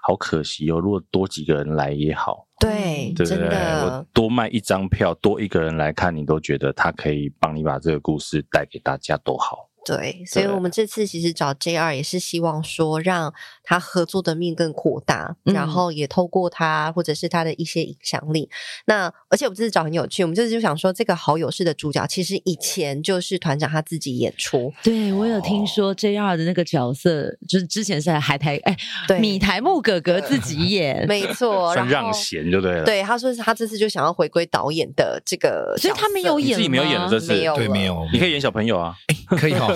[SPEAKER 1] 好可惜哦。如果多几个人来也好，
[SPEAKER 2] 对，
[SPEAKER 1] 对不
[SPEAKER 2] 真
[SPEAKER 1] 对？
[SPEAKER 2] 的
[SPEAKER 1] 我。多卖一张票，多一个人来看，你都觉得他可以帮你把这个故事带给大家，多好。
[SPEAKER 2] 对，所以
[SPEAKER 1] 对
[SPEAKER 2] 我们这次其实找 JR 也是希望说，让他合作的面更扩大，
[SPEAKER 3] 嗯
[SPEAKER 2] 然后也透过他或者是他的一些影响力。那而且我们这次找很有趣，我们这次就想说，这个好友式的主角其实以前就是团长他自己演出，
[SPEAKER 3] 对我有听说 JR 的那个角色，就是之前是海苔哎，
[SPEAKER 2] 对
[SPEAKER 3] 米台木哥哥自己 演，
[SPEAKER 2] 没错，哦然
[SPEAKER 1] 算
[SPEAKER 2] 后
[SPEAKER 1] 让贤就对了。，
[SPEAKER 2] 对他说是他这次就想要回归导演的这个角色，
[SPEAKER 3] 所以他没有
[SPEAKER 1] 你
[SPEAKER 3] 演
[SPEAKER 1] 自己没有演
[SPEAKER 3] 吗
[SPEAKER 1] 了这次，
[SPEAKER 2] 没有
[SPEAKER 4] 对，
[SPEAKER 2] 了
[SPEAKER 4] 没有，
[SPEAKER 1] 你可以演小朋友啊。
[SPEAKER 4] 可以哈。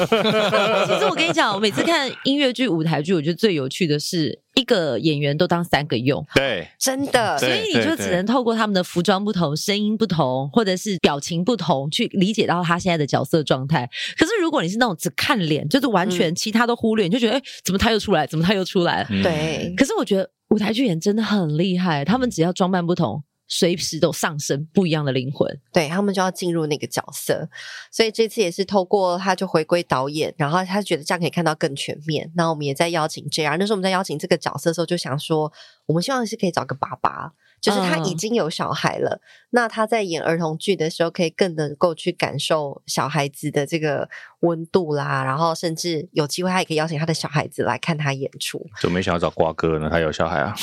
[SPEAKER 3] 其实我跟你讲，我每次看音乐剧、舞台剧，我觉得最有趣的是一个演员都当三个用，
[SPEAKER 1] 对，
[SPEAKER 2] 真的
[SPEAKER 3] 所
[SPEAKER 1] 对
[SPEAKER 3] 以你就只能透过他们的服装不同、声音不同，或者是表情不同，去理解到他现在的角色状态。可是如果你是那种只看脸，就是完
[SPEAKER 2] 嗯
[SPEAKER 3] 全其他都忽略，你就觉得哎，怎么他又出来？怎么他又出来了？
[SPEAKER 1] 嗯
[SPEAKER 2] 对，
[SPEAKER 3] 可是我觉得舞台剧演真的很厉害，他们只要装扮不同，随时都上升不一样的 灵魂。
[SPEAKER 2] 对他们就要进入那个角色，所以这次也是透过他就回归导演，然后他觉得这样可以看到更全面。那我们也在邀请 JR，那时候我们在邀请这个角色的时候，就想说，我们希望是可以找个爸爸，就是他已
[SPEAKER 3] 嗯
[SPEAKER 2] 经有小孩了，那他在演儿童剧的时候，可以更能够去感受小孩子的这个温度啦，然后甚至有机会他也可以邀请他的小孩子来看他演出。
[SPEAKER 1] 就没想要找瓜哥呢，他有小孩 啊，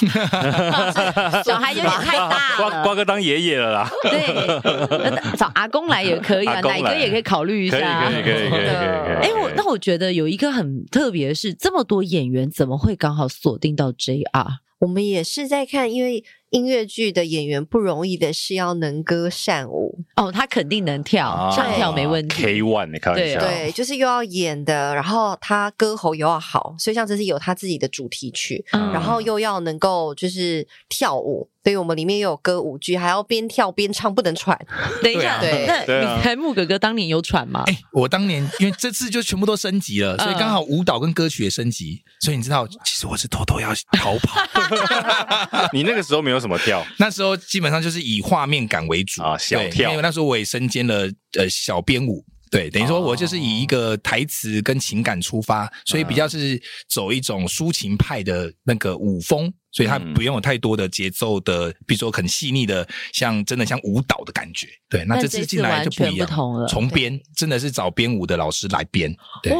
[SPEAKER 3] 小孩有点太大
[SPEAKER 1] 瓜
[SPEAKER 3] 了，
[SPEAKER 1] 瓜哥当爷爷了啦。
[SPEAKER 3] 对，找阿公来也可以啊，
[SPEAKER 1] 阿公
[SPEAKER 3] 奶
[SPEAKER 1] 来
[SPEAKER 3] 哥也可以考虑一
[SPEAKER 1] 可以
[SPEAKER 3] 下。
[SPEAKER 1] 可以可以可以可以。
[SPEAKER 2] 哎
[SPEAKER 3] 哎、我那我觉得有一个很特别的是，这么多演员怎么会刚好锁定到 JR？
[SPEAKER 2] 我们也是在看，因为音乐剧的演员不容易的是要能歌善舞，
[SPEAKER 3] 哦，他肯定能跳，
[SPEAKER 1] 哦
[SPEAKER 3] 唱跳没问题。
[SPEAKER 1] K one，你开玩
[SPEAKER 3] 哦对
[SPEAKER 1] 笑？
[SPEAKER 2] 对，就是又要演的，然后他歌喉又要好，所以像这次有他自己的主题曲，
[SPEAKER 1] 嗯
[SPEAKER 2] 然后又要能够就是跳舞，所以我们里面又有歌舞剧，还要边跳边唱，不能喘。
[SPEAKER 3] 等一下，
[SPEAKER 2] 对啊
[SPEAKER 3] 那
[SPEAKER 1] 对啊
[SPEAKER 3] 米台木哥哥当年有喘吗？
[SPEAKER 4] 哎我当年因为这次就全部都升级了，所以刚好舞蹈跟歌曲也升级，所以你知道，其实我是偷偷要逃跑。
[SPEAKER 1] 你那个时候没有什么跳，
[SPEAKER 4] 那时候基本上就是以画面感为主
[SPEAKER 1] 啊小
[SPEAKER 4] 对
[SPEAKER 1] 跳
[SPEAKER 4] 因为那时候我也身兼了呃小编舞。对，等于
[SPEAKER 1] 哦
[SPEAKER 4] 说我就是以一个台词跟情感出发，所以比较是走一种抒情派的那个舞风，所以它
[SPEAKER 1] 嗯
[SPEAKER 4] 不用有太多的节奏的，比如说很细腻的，像真的像舞蹈的感觉。对，那
[SPEAKER 3] 但这
[SPEAKER 4] 这次
[SPEAKER 3] 次
[SPEAKER 4] 进来就不
[SPEAKER 3] 完
[SPEAKER 4] 一
[SPEAKER 3] 全
[SPEAKER 4] 样，
[SPEAKER 3] 不同了
[SPEAKER 4] 重编真的是找编舞的老师来编。对，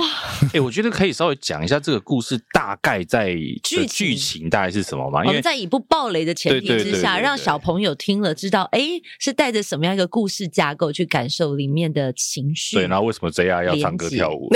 [SPEAKER 1] 哎、我觉得可以稍微讲一下这个故事大概在
[SPEAKER 3] 剧
[SPEAKER 1] 的
[SPEAKER 3] 情
[SPEAKER 1] 剧情大概是什么嘛？
[SPEAKER 3] 我
[SPEAKER 1] 因
[SPEAKER 3] 们
[SPEAKER 1] 为
[SPEAKER 3] 在以不暴雷的前提
[SPEAKER 1] 对对对
[SPEAKER 3] 之
[SPEAKER 1] 对
[SPEAKER 3] 下，
[SPEAKER 1] 对
[SPEAKER 3] 让小朋友听了知道，哎，是带着什么样一个故事架构去感受里面的情绪。
[SPEAKER 1] 对，然后为什么 JR 要唱歌
[SPEAKER 3] 连接
[SPEAKER 1] 跳舞？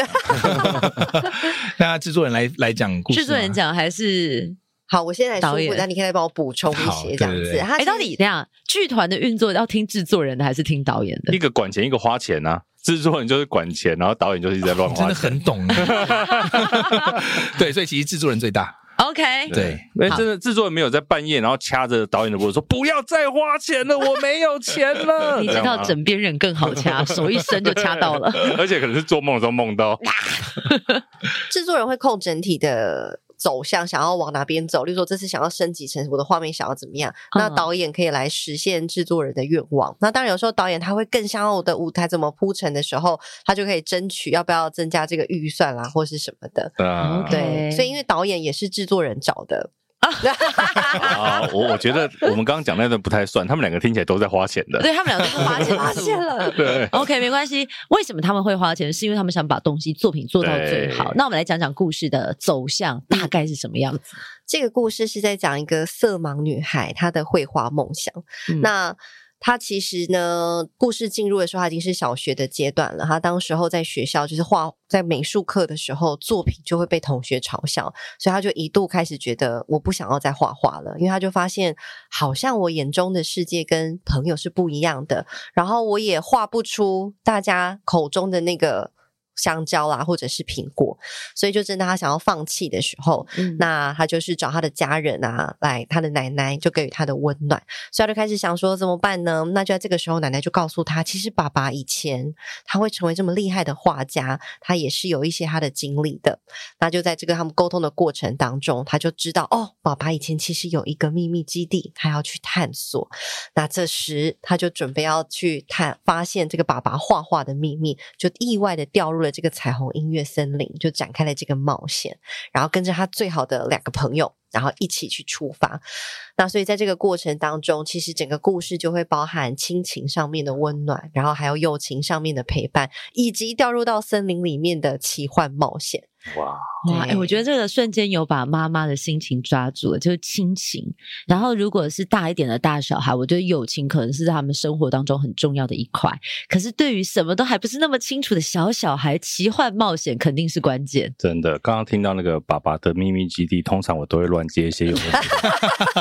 [SPEAKER 4] 那制作人来来讲故事吗，
[SPEAKER 3] 制作人讲还是
[SPEAKER 2] 好，我现在
[SPEAKER 3] 导
[SPEAKER 2] 来说
[SPEAKER 3] 演
[SPEAKER 2] 过，那你可以来帮我补充一
[SPEAKER 4] 好
[SPEAKER 2] 些
[SPEAKER 4] 对
[SPEAKER 2] 这样
[SPEAKER 4] 对
[SPEAKER 2] 子。
[SPEAKER 4] 对
[SPEAKER 2] 他
[SPEAKER 3] 哎、
[SPEAKER 2] 其
[SPEAKER 3] 到
[SPEAKER 2] 实
[SPEAKER 3] 底这样剧团的运作要听制作人的还是听导演的
[SPEAKER 1] 一？个管钱，一个花钱啊。制作人就是管钱，然后导演就是一直在乱
[SPEAKER 4] 真
[SPEAKER 1] 花
[SPEAKER 4] 的
[SPEAKER 1] 钱。
[SPEAKER 4] 很懂。欸 对，所以其实制作人最大。
[SPEAKER 3] OK，
[SPEAKER 4] 对，
[SPEAKER 1] 哎，
[SPEAKER 3] 好
[SPEAKER 1] 真的，制作人没有在半夜，然后掐着导演的脖子说：“不要再花钱了，我没有钱了。”
[SPEAKER 3] 你知
[SPEAKER 1] 这样
[SPEAKER 3] 道
[SPEAKER 1] 吗
[SPEAKER 3] 枕边人更好 掐，手一伸就掐到了。
[SPEAKER 1] 而且可能是做梦的时候梦到。
[SPEAKER 2] 制作人会控整体的。走向想要往哪边走，例如说这次想要升级成我的画面想要怎么样，那
[SPEAKER 3] 嗯
[SPEAKER 2] 导演可以来实现制作人的愿望。那当然有时候导演他会更想要我的舞台怎么铺陈的时候，他就可以争取要不要增加这个预算啦，或是什么的。
[SPEAKER 1] 啊
[SPEAKER 3] OK
[SPEAKER 2] 对，所以因为导演也是制作人找的，
[SPEAKER 1] 啊，我我觉得我们刚刚讲那段不太算，他们两个听起来都在花钱的。
[SPEAKER 3] 对他们两个都花 钱
[SPEAKER 2] 发现了。
[SPEAKER 1] 对，
[SPEAKER 3] OK，没关系。为什么他们会花钱？是因为他们想把东西作品做到最好
[SPEAKER 1] 对。
[SPEAKER 3] 那我们来讲讲故事的走向，大概是什么样子？
[SPEAKER 2] 这个故事是在讲一个色盲女孩她的绘画梦想。
[SPEAKER 3] 嗯
[SPEAKER 2] 那她其实呢，故事进入的时候，她已经是小学的阶段了。她当时候在学校就是画，在美术课的时候，作品就会被同学嘲笑，所以她就一度开始觉得我不想要再画画了，因为她就发现好像我眼中的世界跟朋友是不一样的，然后我也画不出大家口中的那个。香蕉啦，或者是苹果，所以就真的他想要放弃的时候，
[SPEAKER 3] 嗯
[SPEAKER 2] 那他就是找他的家人啊，来他的奶奶就给予他的温暖，所以他就开始想说怎么办呢？那就在这个时候，奶奶就告诉他，其实爸爸以前他会成为这么厉害的画家，他也是有一些他的经历的。那就在这个他们沟通的过程当中，他就知道哦，爸爸以前其实有一个秘密基地，他要去探索。那这时他就准备要去探发现这个爸爸画画的秘密，就意外的掉入了这个彩虹音乐森林，就展开了这个冒险，然后跟着他最好的两个朋友。然后一起去出发，那所以在这个过程当中，其实整个故事就会包含亲情上面的温暖，然后还有友情上面的陪伴，以及掉入到森林里面的奇幻冒险。
[SPEAKER 1] 哇，
[SPEAKER 3] 哇，哎、
[SPEAKER 2] 对
[SPEAKER 3] 我觉得这个瞬间有把妈妈的心情抓住了，就是亲情。然后如果是大一点的大小孩，我觉得友情可能是在他们生活当中很重要的一块。可是对于什么都还不是那么清楚的小小孩，奇幻冒险肯定是关键。
[SPEAKER 1] 真的，刚刚听到那个爸爸的秘密基地，通常我都会乱接一些有的没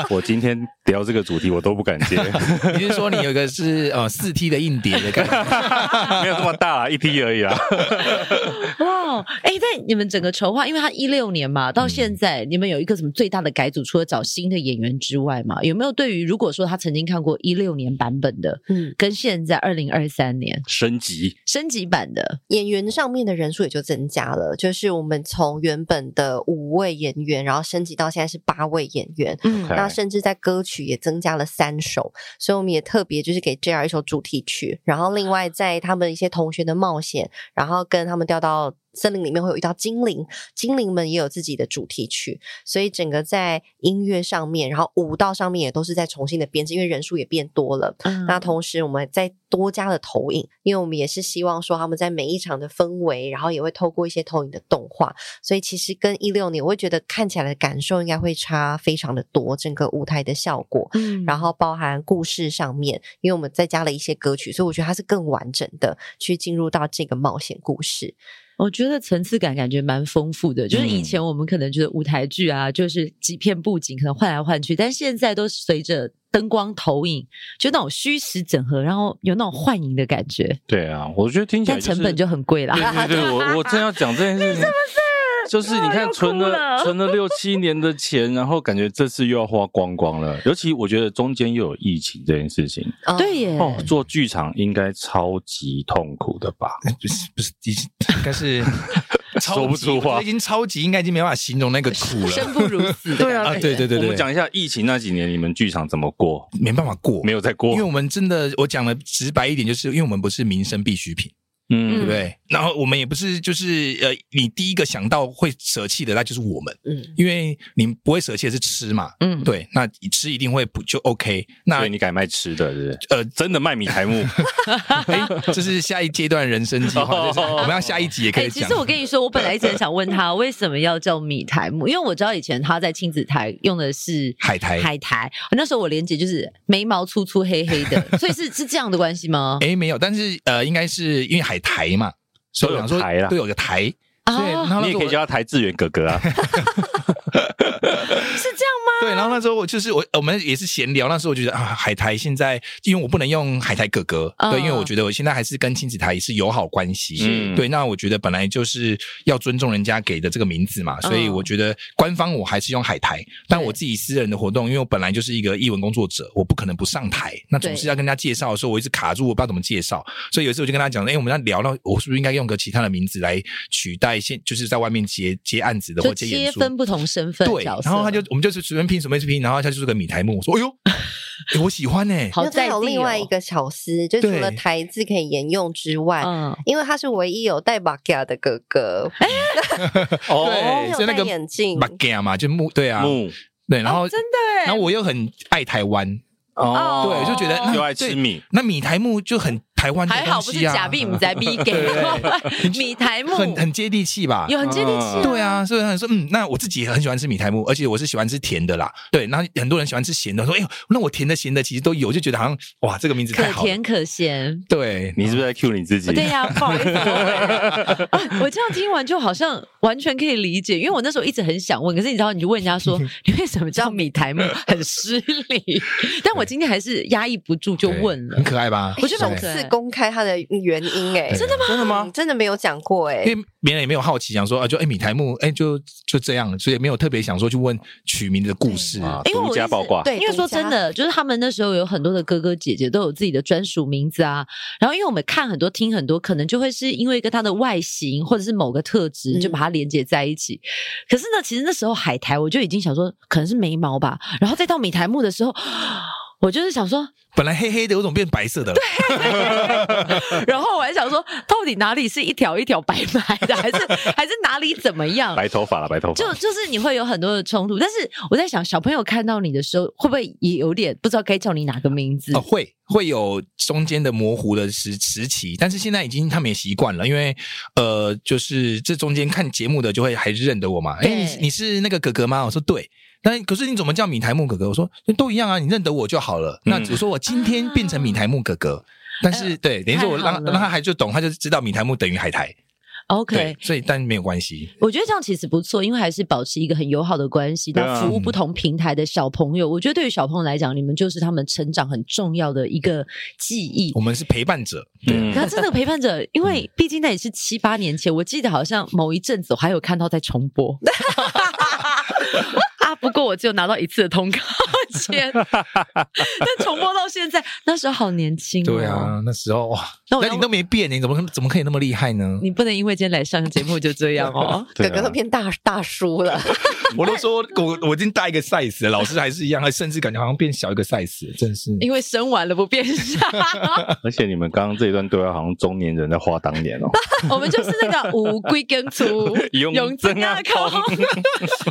[SPEAKER 1] 的我今天聊这个主题，我都不敢接，
[SPEAKER 4] 你是说你有一个是呃四 T 的硬碟的感觉？
[SPEAKER 1] 没有这么大啊啦，一滴而已啦。
[SPEAKER 3] 哇，哎、但你们整个筹划，因为他一六年嘛，到现在、你们有一个什么最大的改组？除了找新的演员之外嘛，有没有对于如果说他曾经看过一六年版本的，
[SPEAKER 2] 嗯，
[SPEAKER 3] 跟现在二零二三年
[SPEAKER 1] 升级，
[SPEAKER 3] 升级版的，
[SPEAKER 2] 演员上面的人数也就增加了，就是我们从原本的五位演员，然后升级到现在是八位演员。
[SPEAKER 3] 嗯
[SPEAKER 1] OK
[SPEAKER 2] 那甚至在歌曲也增加了三首，所以我们也特别就是给 JR 一首主题曲，然后另外在他们一些同学的冒险，然后跟他们掉到森林里面会有遇到精灵，精灵们也有自己的主题曲，所以整个在音乐上面，然后舞蹈上面也都是在重新的编制，因为人数也变多了，
[SPEAKER 3] 嗯
[SPEAKER 2] 那同时我们再多加了投影，因为我们也是希望说他们在每一场的氛围，然后也会透过一些投影的动画，所以其实跟一六年，我会觉得看起来的感受应该会差非常的多，整个舞台的效果。
[SPEAKER 3] 嗯
[SPEAKER 2] 然后包含故事上面，因为我们再加了一些歌曲，所以我觉得它是更完整的去进入到这个冒险故事。
[SPEAKER 3] 我觉得层次感感觉蛮丰富的，就是以
[SPEAKER 4] 嗯
[SPEAKER 3] 前我们可能觉得舞台剧啊，就是几片布景可能换来换去，但现在都随着灯光投影，就那种虚实整合，然后有那种幻影的感觉，
[SPEAKER 1] 对啊，我觉得听起来、
[SPEAKER 3] 但
[SPEAKER 1] 就是、
[SPEAKER 3] 成本就很贵啦。
[SPEAKER 1] 对对对，我我正要讲这件 事情，就是你看存
[SPEAKER 3] 要
[SPEAKER 1] 了
[SPEAKER 3] 哭了
[SPEAKER 1] 存了六七年的钱，然后感觉这次又要花光光了。尤其我觉得中间又有疫情这件事情，
[SPEAKER 2] 嗯
[SPEAKER 3] 对耶，
[SPEAKER 1] 哦，做剧场应该超级痛苦的吧？
[SPEAKER 4] 不是不是，已经应该是 超级
[SPEAKER 1] 说不出话
[SPEAKER 4] 我觉得已经超级，应该已经没办法形容那个苦了
[SPEAKER 3] 生不如死的感觉。
[SPEAKER 1] 对啊
[SPEAKER 4] 啊！对对对
[SPEAKER 1] 我
[SPEAKER 4] 对
[SPEAKER 1] 们，讲一下疫情那几年，你们剧场怎么过？
[SPEAKER 4] 没办法过，
[SPEAKER 1] 没有再过
[SPEAKER 4] 因为，我们真的，我讲的直白一点，就是因为我们不是民生必需品，对
[SPEAKER 1] 嗯
[SPEAKER 4] 不对？然后我们也不是就是呃，你第一个想到会舍弃的，那就是我们，
[SPEAKER 2] 嗯，
[SPEAKER 4] 因为你不会舍弃的是吃嘛，
[SPEAKER 3] 嗯，
[SPEAKER 4] 对，那吃一定会不就 OK？那
[SPEAKER 1] 所以你改卖吃的，是不是？
[SPEAKER 4] 呃
[SPEAKER 1] 真的卖米苔 木，
[SPEAKER 4] 这是下一阶段人生计 划，就是我们要下一集也可
[SPEAKER 3] 哎、
[SPEAKER 4] 以
[SPEAKER 3] 其
[SPEAKER 4] 讲。
[SPEAKER 3] 实我跟你说，我本来一直很想问 他为什么要叫米苔木，因为我知道以前他在亲子台用的是
[SPEAKER 4] 海苔
[SPEAKER 3] 海苔。那时候我连姐就是眉毛粗粗黑黑的，所以是是这样的关系 吗？
[SPEAKER 4] 哎没有，但是呃，应该是因为海苔嘛，所以我想说
[SPEAKER 1] 都有苔啦
[SPEAKER 4] 对，有个台，哎对，
[SPEAKER 3] 哦
[SPEAKER 4] 然
[SPEAKER 3] 啊
[SPEAKER 4] 后
[SPEAKER 1] 你
[SPEAKER 4] 那时
[SPEAKER 1] 也
[SPEAKER 4] 候
[SPEAKER 1] 可以
[SPEAKER 4] 我
[SPEAKER 1] 叫他台志远哥哥啊。
[SPEAKER 3] 是这样
[SPEAKER 4] 对，然后那时候我就是我，我们也是闲聊，那时候我觉得啊，海苔现在因为我不能用海苔哥哥，
[SPEAKER 3] 嗯
[SPEAKER 4] 对，因为我觉得我现在还是跟亲子台是友好关系，
[SPEAKER 1] 嗯
[SPEAKER 4] 对，那我觉得本来就是要尊重人家给的这个名字嘛，所以
[SPEAKER 3] 嗯
[SPEAKER 4] 我觉得官方我还是用海苔，但我自己私人的活动，因为我本来就是一个艺文工作者，我不可能不上台，那总是要跟人家介绍的时候，我一直卡住，我不知道怎么介绍，所以有一次我就跟他讲，哎，我们要聊到我是不是应该用个其他的名字来取代现就是在外面接接案子的
[SPEAKER 3] 就
[SPEAKER 4] 或接演
[SPEAKER 3] 切
[SPEAKER 4] 出
[SPEAKER 3] 分不同身份
[SPEAKER 4] 对，
[SPEAKER 3] 角色，
[SPEAKER 4] 然后他就我们就是随便拼随便拼，然后他就是个米苔木，我说 哎呦，哎我喜欢呢、
[SPEAKER 3] 好
[SPEAKER 2] 因为它
[SPEAKER 3] 在
[SPEAKER 2] 有
[SPEAKER 3] 地
[SPEAKER 2] 另
[SPEAKER 3] 哦
[SPEAKER 2] 外一个巧思，就除
[SPEAKER 4] 对
[SPEAKER 2] 了台字可以沿用之外，
[SPEAKER 3] 嗯，哎
[SPEAKER 2] 因为他是唯一有戴马甲的哥哥，哦
[SPEAKER 3] 哦
[SPEAKER 4] 对，
[SPEAKER 2] 有
[SPEAKER 4] 所以那
[SPEAKER 2] 戴
[SPEAKER 4] 个
[SPEAKER 2] 眼镜
[SPEAKER 4] m，a 嘛，就木 哦对啊，
[SPEAKER 1] 木
[SPEAKER 4] 对，然后、
[SPEAKER 3] 哦真的
[SPEAKER 4] 然后我又很爱台湾，
[SPEAKER 1] 哦
[SPEAKER 4] 对，就觉得那
[SPEAKER 1] 又爱吃米，
[SPEAKER 4] 那米苔木就很台湾的
[SPEAKER 3] 还好
[SPEAKER 4] 东
[SPEAKER 3] 不是
[SPEAKER 4] 西啊，
[SPEAKER 3] 假币，唔在 币给 米苔木，
[SPEAKER 4] 很很接地气吧。
[SPEAKER 3] 有很接地气、
[SPEAKER 4] 对，啊，所以他说，嗯，那我自己也很喜欢吃米苔木，而且我是喜欢吃甜的啦。对，那很多人喜欢吃咸的，说，哎呦，那我甜的咸的其实都有，就觉得好像哇，这个名字太
[SPEAKER 3] 可
[SPEAKER 4] 好了。
[SPEAKER 3] 甜可咸。
[SPEAKER 4] 对，
[SPEAKER 1] 你是不是在 cue 你自己？
[SPEAKER 3] 对呀、不好意思， 啊我我这样听完就好像完全可以理解，因为我那时候一直很想问，可是你知道，你就问人家
[SPEAKER 4] 嗯
[SPEAKER 3] 说你为什么叫米苔木， 很失礼。但我今天还是压抑不住就问了
[SPEAKER 4] 很。可爱吧？
[SPEAKER 3] 我觉得
[SPEAKER 4] 对
[SPEAKER 3] 很可爱
[SPEAKER 2] 四公开他的原因哎、
[SPEAKER 4] 真的
[SPEAKER 1] 真的
[SPEAKER 2] 嗯
[SPEAKER 1] 吗？
[SPEAKER 2] 真的没有讲过哎、
[SPEAKER 4] 因为别人也没有好奇，想说啊，就哎米台木哎就就这样，所以也没有特别想说去问取名的
[SPEAKER 3] 嗯
[SPEAKER 4] 故事。
[SPEAKER 1] 啊，
[SPEAKER 3] 因为我
[SPEAKER 1] 独家
[SPEAKER 3] 一直
[SPEAKER 1] 爆挂，
[SPEAKER 2] 对，
[SPEAKER 3] 因为说真的，就是他们那时候有很多的哥哥姐姐都有自己的专属名字啊。然后因为我们看很多、听很多，可能就会是因为跟他的外形或者是某个特质，
[SPEAKER 2] 嗯
[SPEAKER 3] 就把它连接在一起。可是呢，其实那时候海苔我就已经想说，可能是眉毛吧。然后再到米苔木的时候。 我就是想说，
[SPEAKER 4] 本来黑黑的，我怎么变白色的了？
[SPEAKER 3] 然后我还想说，到底哪里是一条一条白白的，还是还是哪里怎么样？
[SPEAKER 1] 白头发了，白头发，
[SPEAKER 3] 就就是你会有很多的冲突，但是我在想，小朋友看到你的时候，会不会也有点不知道该叫你哪个名字？
[SPEAKER 4] 哦，会会有中间的模糊的时时期，但是现在已经他们也习惯了，因为呃，就是这中间看节目的就会还是认得我嘛。哎，
[SPEAKER 3] 对
[SPEAKER 4] 你是你是那个哥哥吗？我说对。但可是你怎么叫米台木哥哥？我说都一样啊，你认得我就好了。那
[SPEAKER 1] 嗯
[SPEAKER 4] 我说我今天变成米台木哥哥，但是对，等于说我
[SPEAKER 3] 啊呃太好
[SPEAKER 4] 让
[SPEAKER 3] 了
[SPEAKER 4] 让他还就懂，他就知道米台木等于海苔。
[SPEAKER 3] OK，
[SPEAKER 4] 对，所以但没有关系。
[SPEAKER 3] 我觉得这样其实不错，因为还是保持一个很友好的关系，
[SPEAKER 1] 对啊
[SPEAKER 3] 那服务不同平台的小朋友。我觉得对于小朋友来讲，你们就是他们成长很重要的一个记忆
[SPEAKER 4] 我。们是陪伴者，对，啊
[SPEAKER 1] 嗯
[SPEAKER 3] 可是真的陪伴者，因
[SPEAKER 4] 嗯
[SPEAKER 3] 为毕竟那也是七八年前，我记得好像某一阵子我还有看到在重 播。 啊，不过我只有拿到一次的 通告钱，但重播到现在，那时候好年轻、哦。
[SPEAKER 4] 对啊，那时候哇，
[SPEAKER 3] 那我
[SPEAKER 4] 那
[SPEAKER 3] 要
[SPEAKER 4] 你都没变，欸你怎么怎么可以那么厉害呢？
[SPEAKER 3] 你不能因为今天来上节目就这样哦。
[SPEAKER 1] 对啊
[SPEAKER 2] 哥哥都变大大叔了，
[SPEAKER 4] 我都说我我已经大一个 size 了，老师还是一样，还甚至感觉好像变小一个 size，真是。
[SPEAKER 3] 因为生完了不变傻，
[SPEAKER 1] 而且你们刚刚这一段对话好像中年人在话当年 哦，
[SPEAKER 3] 我们就是那个 五龟根粗
[SPEAKER 1] 永
[SPEAKER 3] 真
[SPEAKER 1] 真啊
[SPEAKER 3] 口
[SPEAKER 1] 空。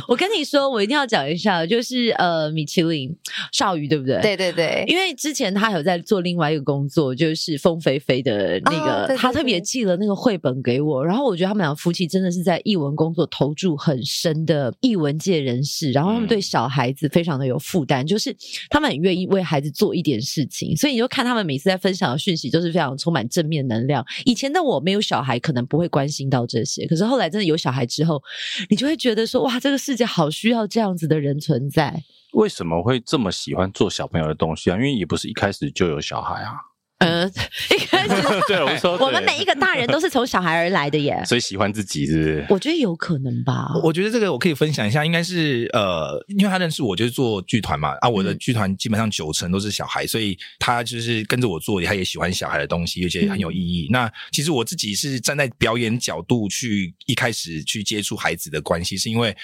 [SPEAKER 3] 我跟你说，我一定要讲一下，就是呃，米其林少宇对不对？
[SPEAKER 2] 对对对，
[SPEAKER 3] 因为之前他有在做另外一个工作，就是凤飞飞的那个，
[SPEAKER 2] 哦对对
[SPEAKER 3] 他
[SPEAKER 2] 对
[SPEAKER 3] 特别寄了那个绘本给我，然后我觉得他们俩夫妻真的是在译文工作投注很深的译文界人士，然后他们
[SPEAKER 1] 嗯
[SPEAKER 3] 对小孩子非常的有负担，就是他们很愿意为孩子做一点事情，所以你就看他们每次在分享的讯息，就是非常充满正面能量。以前的我没有小孩，可能不会关心到这些，可是后来真的有小孩之后，你就会觉得说，哇，这个世界好需要这样子的人存在。
[SPEAKER 1] 为什么会这么喜欢做小朋友的东西啊？因为也不是一开始就有小孩 啊。
[SPEAKER 3] 嗯，一开始
[SPEAKER 1] 对，我是说。
[SPEAKER 3] 我们每一个大人都是从小孩而来的耶
[SPEAKER 1] 所以喜欢自己是不是？
[SPEAKER 3] 我觉得有可能吧。
[SPEAKER 4] 我觉得这个我可以分享一下，应该是呃，因为他认识我就是做剧团嘛，啊，我的
[SPEAKER 3] 嗯
[SPEAKER 4] 剧团基本上九成都是小孩，所以他就是跟着我做，他也喜欢小孩的东西，而且很有意义。那其实我自己是站在表演角度去一开始去接触孩子的关系，是因为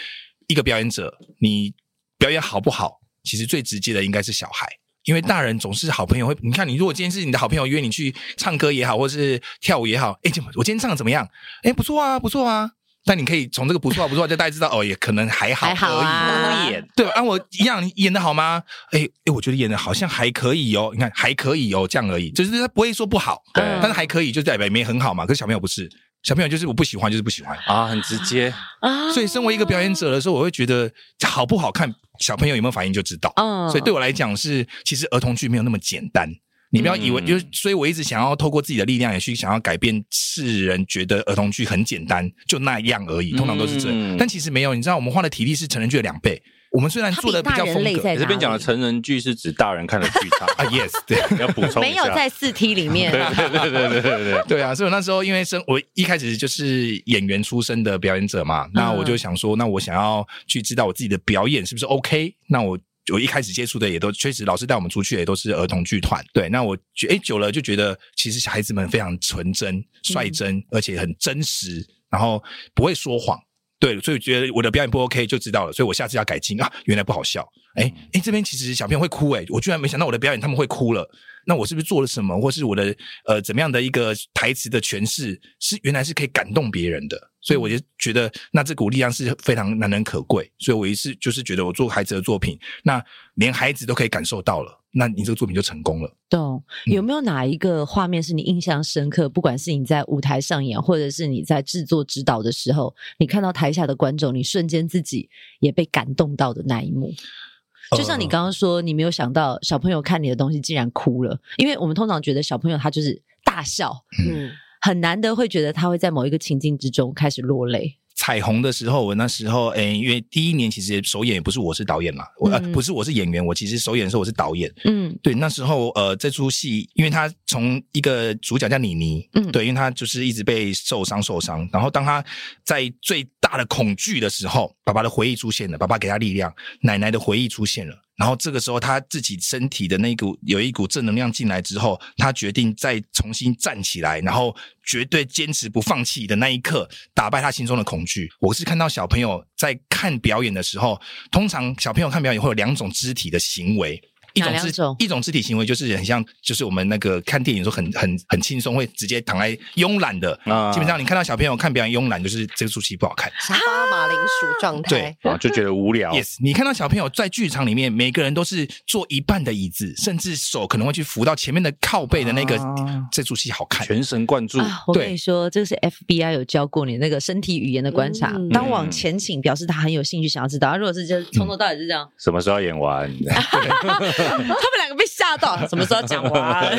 [SPEAKER 4] 一个表演者，你表演好不好，其实最直接的应该是小孩。因为大人总是好朋友会，你看你如果今天是你的好朋友约你去唱歌也好，或是跳舞也好，哎，怎么我今天唱的怎么样？哎，不错啊，不错啊。但你可以从这个不错啊，不错啊，就大家知道哦，也可能还好而
[SPEAKER 3] 还
[SPEAKER 4] 已，
[SPEAKER 3] 好啊
[SPEAKER 4] 敷衍对吧？啊，我一样，你演的好吗？哎哎，我觉得演的好像还可以哦，你看还可以哦，这样而已，就是他不会说不好，
[SPEAKER 1] 对
[SPEAKER 3] 嗯
[SPEAKER 4] 但是还可以就代表没很好嘛。可是小朋友不是，小朋友就是我不喜欢就是不喜欢，
[SPEAKER 1] 啊，很直接，
[SPEAKER 3] 啊
[SPEAKER 4] 所以身为一个表演，者的时候，我会觉得好不好看，小朋友有没有反应就知道。
[SPEAKER 3] 嗯
[SPEAKER 4] 所以对我来讲是，其实儿童剧没有那么简单。你不要以为，
[SPEAKER 1] 嗯
[SPEAKER 4] 就是，所以我一直想要透过自己的力量，也去想要改变世人觉得儿童剧很简单，就那样而已，通常都是这样
[SPEAKER 1] 嗯。
[SPEAKER 4] 但其实没有，你知道，我们花的体力是成人剧的两倍。我们虽然
[SPEAKER 3] 它
[SPEAKER 4] 做的
[SPEAKER 3] 比
[SPEAKER 4] 比
[SPEAKER 3] 大
[SPEAKER 4] 较
[SPEAKER 3] 人
[SPEAKER 4] 风
[SPEAKER 3] 类
[SPEAKER 4] 格
[SPEAKER 3] 在
[SPEAKER 1] 你这边讲的成人剧是指大人看的剧场
[SPEAKER 4] 啊，yes，对。
[SPEAKER 1] 你 要补充一
[SPEAKER 3] 没有
[SPEAKER 1] 下。
[SPEAKER 3] 在四 T 里 面。
[SPEAKER 1] 对对对对对对对，
[SPEAKER 4] 对啊，所以我那时候因为生我一开始就是演员出身的表演者嘛，那我就想说，那我想要去知道我自己的表演是不是 OK，那我。我一开始接触的也都确实，老师带我们出去也都是儿童剧团。对，那我觉哎久了就觉得，其实孩子们非常纯真、率真，而且很真实，然后不会说谎。对，所以觉得我的表演不 OK 就知道了，所以我下次要改进啊。原来不好笑，哎哎，这边其实小朋友会哭哎、我居然没想到我的表演他们会哭了。那我是不是做了什么，或是我的呃怎么样的一个台词的诠释，是原来是可以感动别人的，所以我就觉得那这股力量是非常难能可贵，所以我一次就是觉得我做孩子的作品，那连孩子都可以感受到了，那你这个作品就成功了。
[SPEAKER 3] 懂有没有哪一个画面是你印象深刻？不管是你在舞台上演，或者是你在制作指导的时候，你看到台下的观众，你瞬间自己也被感动到的那一幕。
[SPEAKER 4] 呃
[SPEAKER 3] 就像你刚刚说，你没有想到小朋友看你的东西竟然哭了，因为我们通常觉得小朋友他就是大笑，
[SPEAKER 2] 嗯，
[SPEAKER 3] 很难得会觉得他会在某一个情境之中开始落泪。
[SPEAKER 4] 彩虹的时候，我那时候，哎、因为第一年其实首演也不是我是导演嘛，我、呃
[SPEAKER 3] 嗯
[SPEAKER 4] 不是我是演员，我其实首演的时候我是导演。
[SPEAKER 3] 嗯
[SPEAKER 4] 对，那时候呃，这出戏，因为他从一个主角叫妮妮，
[SPEAKER 3] 嗯
[SPEAKER 4] 对，因为他就是一直被受伤受伤，然后当他在最大的恐惧的时候，爸爸的回忆出现了，爸爸给他力量，奶奶的回忆出现了，然后这个时候他自己身体的那股有一股正能量进来之后，他决定再重新站起来，然后绝对坚持不放弃的那一刻，打败他心中的恐惧。我是看到小朋友在看表演的时候，通常小朋友看表演会有两种肢体的行为。一
[SPEAKER 3] 哪
[SPEAKER 4] 种
[SPEAKER 3] 两
[SPEAKER 4] 肢
[SPEAKER 3] 种
[SPEAKER 4] 一种肢体行为就是很像，就是我们那个看电影的时候很很很轻松，会直接躺在慵懒的。
[SPEAKER 1] 啊
[SPEAKER 4] 基本上你看到小朋友看表演慵懒，就是这出戏不好看。
[SPEAKER 2] 沙发马铃薯状态
[SPEAKER 4] 对，
[SPEAKER 1] 啊就觉得无 聊
[SPEAKER 4] Yes，你看到小朋友在剧场里面，每个人都是坐一半的椅子，甚至手可能会去扶到前面的靠背的那个，
[SPEAKER 1] 啊
[SPEAKER 4] 这出戏好看。
[SPEAKER 1] 全神贯注，
[SPEAKER 3] 啊，我跟
[SPEAKER 4] 对
[SPEAKER 3] 你说，这是 FBI 有教过你那个身体语言的观察
[SPEAKER 2] 嗯。
[SPEAKER 3] 当往前倾，表示他很有兴趣想要知道；，他如果是就是从头到尾是这 样，
[SPEAKER 1] 什么时候演 完？
[SPEAKER 3] 啊他们两个被吓到，什么时候讲啊 完？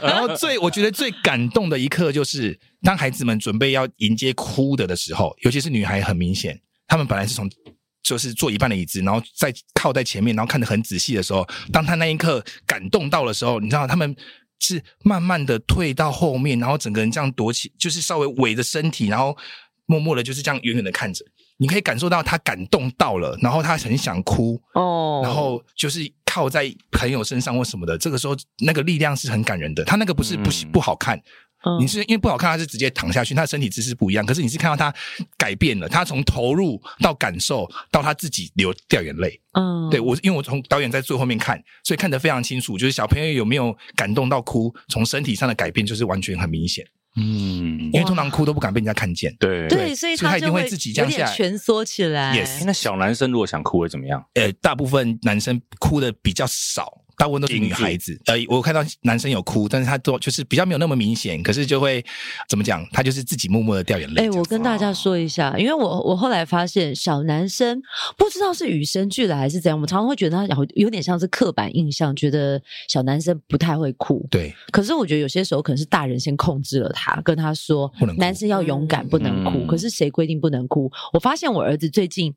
[SPEAKER 4] 然后最我觉得最感动的一刻，就是当孩子们准备要迎接哭的的时候，尤其是女孩，很明显，她们本来是从就是坐一半的椅子，然后再靠在前面，然后看得很仔细的时候，当她那一刻感动到的时候，你知道她们。是慢慢的退到后面，然后整个人这样躲起，就是稍微围着身体，然后默默的就是这样远远的看着。你可以感受到她感动到了，然后她很想哭，
[SPEAKER 3] 哦
[SPEAKER 4] 然后就是靠在朋友身上或什么的，这个时候那个力量是很感人的。他那个不是不、
[SPEAKER 1] 嗯
[SPEAKER 4] 不好看，
[SPEAKER 3] 嗯
[SPEAKER 4] 你是因为不好看，他是直接躺下去，他的身体姿势不一样。可是你是看到他改变了，他从投入到感受到他自己流掉眼泪。
[SPEAKER 3] 嗯
[SPEAKER 4] 对我，因为我从导演在最后面看，所以看得非常清楚，就是小朋友有没有感动到哭，从身体上的改变就是完全很明显。
[SPEAKER 1] 嗯，
[SPEAKER 4] 因为通常哭都不敢被人家看见。
[SPEAKER 1] 对。哎
[SPEAKER 3] 对，所以
[SPEAKER 4] 所以他一定
[SPEAKER 3] 就
[SPEAKER 4] 会
[SPEAKER 3] 会
[SPEAKER 4] 自己这
[SPEAKER 3] 有
[SPEAKER 4] 样
[SPEAKER 3] 点
[SPEAKER 4] 下来
[SPEAKER 3] 蜷缩起来。
[SPEAKER 4] Yes
[SPEAKER 1] 诶那小男生如果想哭会怎么样？
[SPEAKER 4] 呃，大部分男生哭的比较少，大部分都是女孩子。呃，我看到男生有哭，但是他都就是比较没有那么明显，可是就会怎么讲，他就是自己默默的掉眼泪。
[SPEAKER 3] 哎、
[SPEAKER 4] 这
[SPEAKER 3] 我
[SPEAKER 4] 样子
[SPEAKER 3] 跟大家说一下，因为我我后来发现，小男生不知道是与生俱来还是怎样，我们常常会觉得他好有点像是刻板印象，觉得小男生不太会哭。
[SPEAKER 4] 对，
[SPEAKER 3] 可是我觉得有些时候可能是大人先控制了他，跟他说
[SPEAKER 4] 不能哭
[SPEAKER 3] 男生要勇敢，
[SPEAKER 2] 嗯
[SPEAKER 3] 不能哭。
[SPEAKER 1] 嗯
[SPEAKER 3] 可是谁规定不能哭？我发现我儿子最近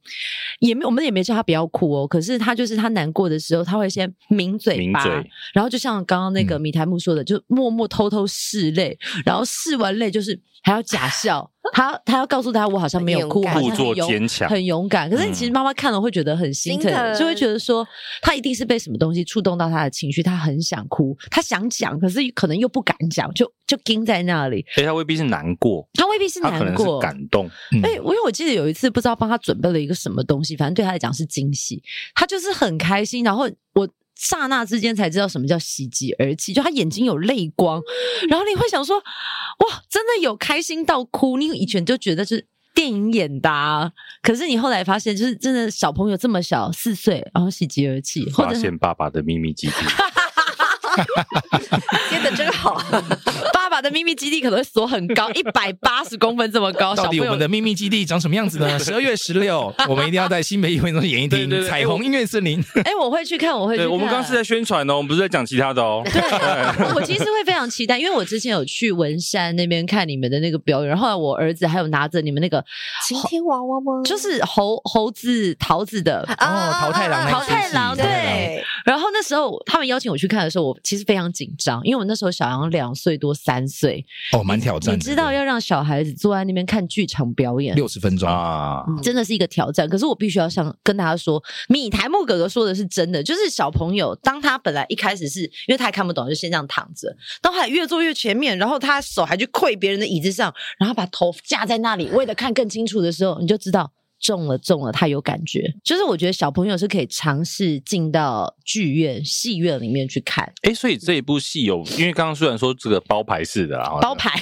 [SPEAKER 3] 也没，我们也没叫他不要哭哦。可是他就是他难过的时候，他会先抿嘴
[SPEAKER 1] 抿
[SPEAKER 3] 巴，
[SPEAKER 1] 嘴
[SPEAKER 3] 然后就像刚刚那个
[SPEAKER 4] 嗯
[SPEAKER 3] 米台木说的，就默默偷偷拭泪，然后拭完泪就是还要假笑，他他要告诉他我好像没有哭，
[SPEAKER 2] 很
[SPEAKER 3] 哎我好
[SPEAKER 1] 故
[SPEAKER 3] 像
[SPEAKER 1] 作
[SPEAKER 3] 很勇
[SPEAKER 1] 坚强，
[SPEAKER 3] 很勇敢。可是你其实
[SPEAKER 1] 嗯
[SPEAKER 3] 妈妈看了会觉得很心疼，
[SPEAKER 2] 心疼
[SPEAKER 3] 就会觉得说他一定是被什么东西触动到他的情绪，他很想哭，他想讲，可是可能又不敢讲，就就盯在那里。
[SPEAKER 1] 哎，他未必是难过，
[SPEAKER 3] 他未必是
[SPEAKER 1] 他可
[SPEAKER 3] 难
[SPEAKER 1] 能是
[SPEAKER 3] 过。
[SPEAKER 1] 感动，
[SPEAKER 4] 嗯
[SPEAKER 3] 哎、我因为我记得有一次不知道帮他准备了一个什么东西，反正对他来讲是惊喜，他就是很开心。然后我刹那之间才知道什么叫喜极而泣，就他眼睛有泪光，然后你会想说，哇，真的有开心到哭。你以前就觉得是电影演的、啊，可是你后来发现，就是真的小朋友这么小，四岁，然后喜极而泣，或
[SPEAKER 1] 发
[SPEAKER 3] 者是
[SPEAKER 1] 现爸爸的秘密 基地。
[SPEAKER 4] 啊
[SPEAKER 2] 接的真好。
[SPEAKER 3] 爸爸的秘密基地可能会锁很 高，一百八十公分这么高，小
[SPEAKER 4] 到
[SPEAKER 3] 朋
[SPEAKER 4] 底我
[SPEAKER 3] 友
[SPEAKER 4] 们的秘密基地长什么样子呢？十二月十 六，我们一定要在新北艺文中心演艺厅
[SPEAKER 1] 对哎对对
[SPEAKER 4] 彩虹音乐森林。
[SPEAKER 3] 哎、我会去看，我会去
[SPEAKER 1] 对，
[SPEAKER 3] 看。
[SPEAKER 1] 我们刚刚是在宣传哦，我们不是在讲其他的哦。
[SPEAKER 3] 对，啊我其实会非常期待，因为我之前有去文山那边看你们的那个表演，然后后来我儿子还有拿着你们那个
[SPEAKER 2] 晴天娃娃吗？啊
[SPEAKER 3] 就是猴猴子桃子的。
[SPEAKER 4] 哦桃太郎那一
[SPEAKER 3] 出戏桃太郎对
[SPEAKER 2] 对，
[SPEAKER 3] 然后那时候他们邀请我去看的时候，我其实非常紧张，因为我那时候小杨两岁多三岁，
[SPEAKER 4] 哦，蛮挑战的。
[SPEAKER 3] 你知道要让小孩子坐在那边看剧场表演。
[SPEAKER 4] 六十分钟，
[SPEAKER 1] 啊，
[SPEAKER 3] 真的是一个挑战，可是我必须要想跟大家说，米台木哥哥说的是真的，就是小朋友，当他本来一开始是因为他还看不懂，就先这样躺着，到后来越坐越前面，然后他手还去跪别人的椅子上，然后把头架在那里，为了看更清楚的时候，你就知道。中了，中了，他有感觉。就是我觉得小朋友是可以尝试进到剧院、戏院里面去看
[SPEAKER 1] 哎，所以这一部戏有，因为刚刚虽然说这个包牌式的啊，
[SPEAKER 3] 包 牌。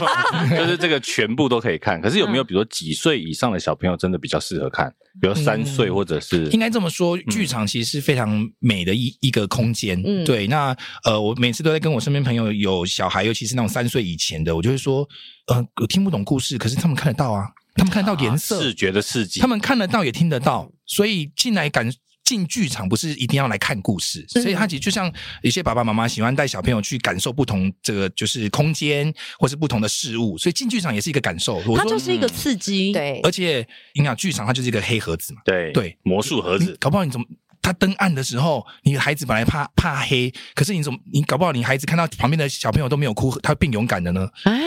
[SPEAKER 1] 就是这个全部都可以看，可是有没有比如说几岁以上的小朋友真的比较适合看？比如三岁或者是
[SPEAKER 4] 应该这么说，剧场其实是非常美的一一个空间。
[SPEAKER 3] 嗯
[SPEAKER 4] 对。那呃，我每次都在跟我身边朋友有小孩，尤其是那种三岁以前的，我就会说，呃，我听不懂故事，可是他们看得到啊，他们看得到颜色，
[SPEAKER 1] 视觉的刺激，
[SPEAKER 4] 他们看得到也听得到，所以进来感进剧场不是一定要来看故事，所以它其实就像有些爸爸妈妈喜欢带小朋友去感受不同这个就是空间或是不同的事物，所以进剧场也是一个感受。我
[SPEAKER 3] 它
[SPEAKER 4] 说
[SPEAKER 3] 就，是一个
[SPEAKER 1] 嗯
[SPEAKER 3] 刺激，，
[SPEAKER 2] 对
[SPEAKER 4] 而，且你想剧场它就是一个黑盒子嘛，
[SPEAKER 1] 对
[SPEAKER 4] 对
[SPEAKER 1] 魔术盒
[SPEAKER 4] 你
[SPEAKER 1] 子，
[SPEAKER 4] 搞不好你怎么？他登岸的时候，你的孩子本来怕怕黑，可是你怎么你搞不好你孩子看到旁边的小朋友都没有哭，他变勇敢了呢？
[SPEAKER 3] 哎，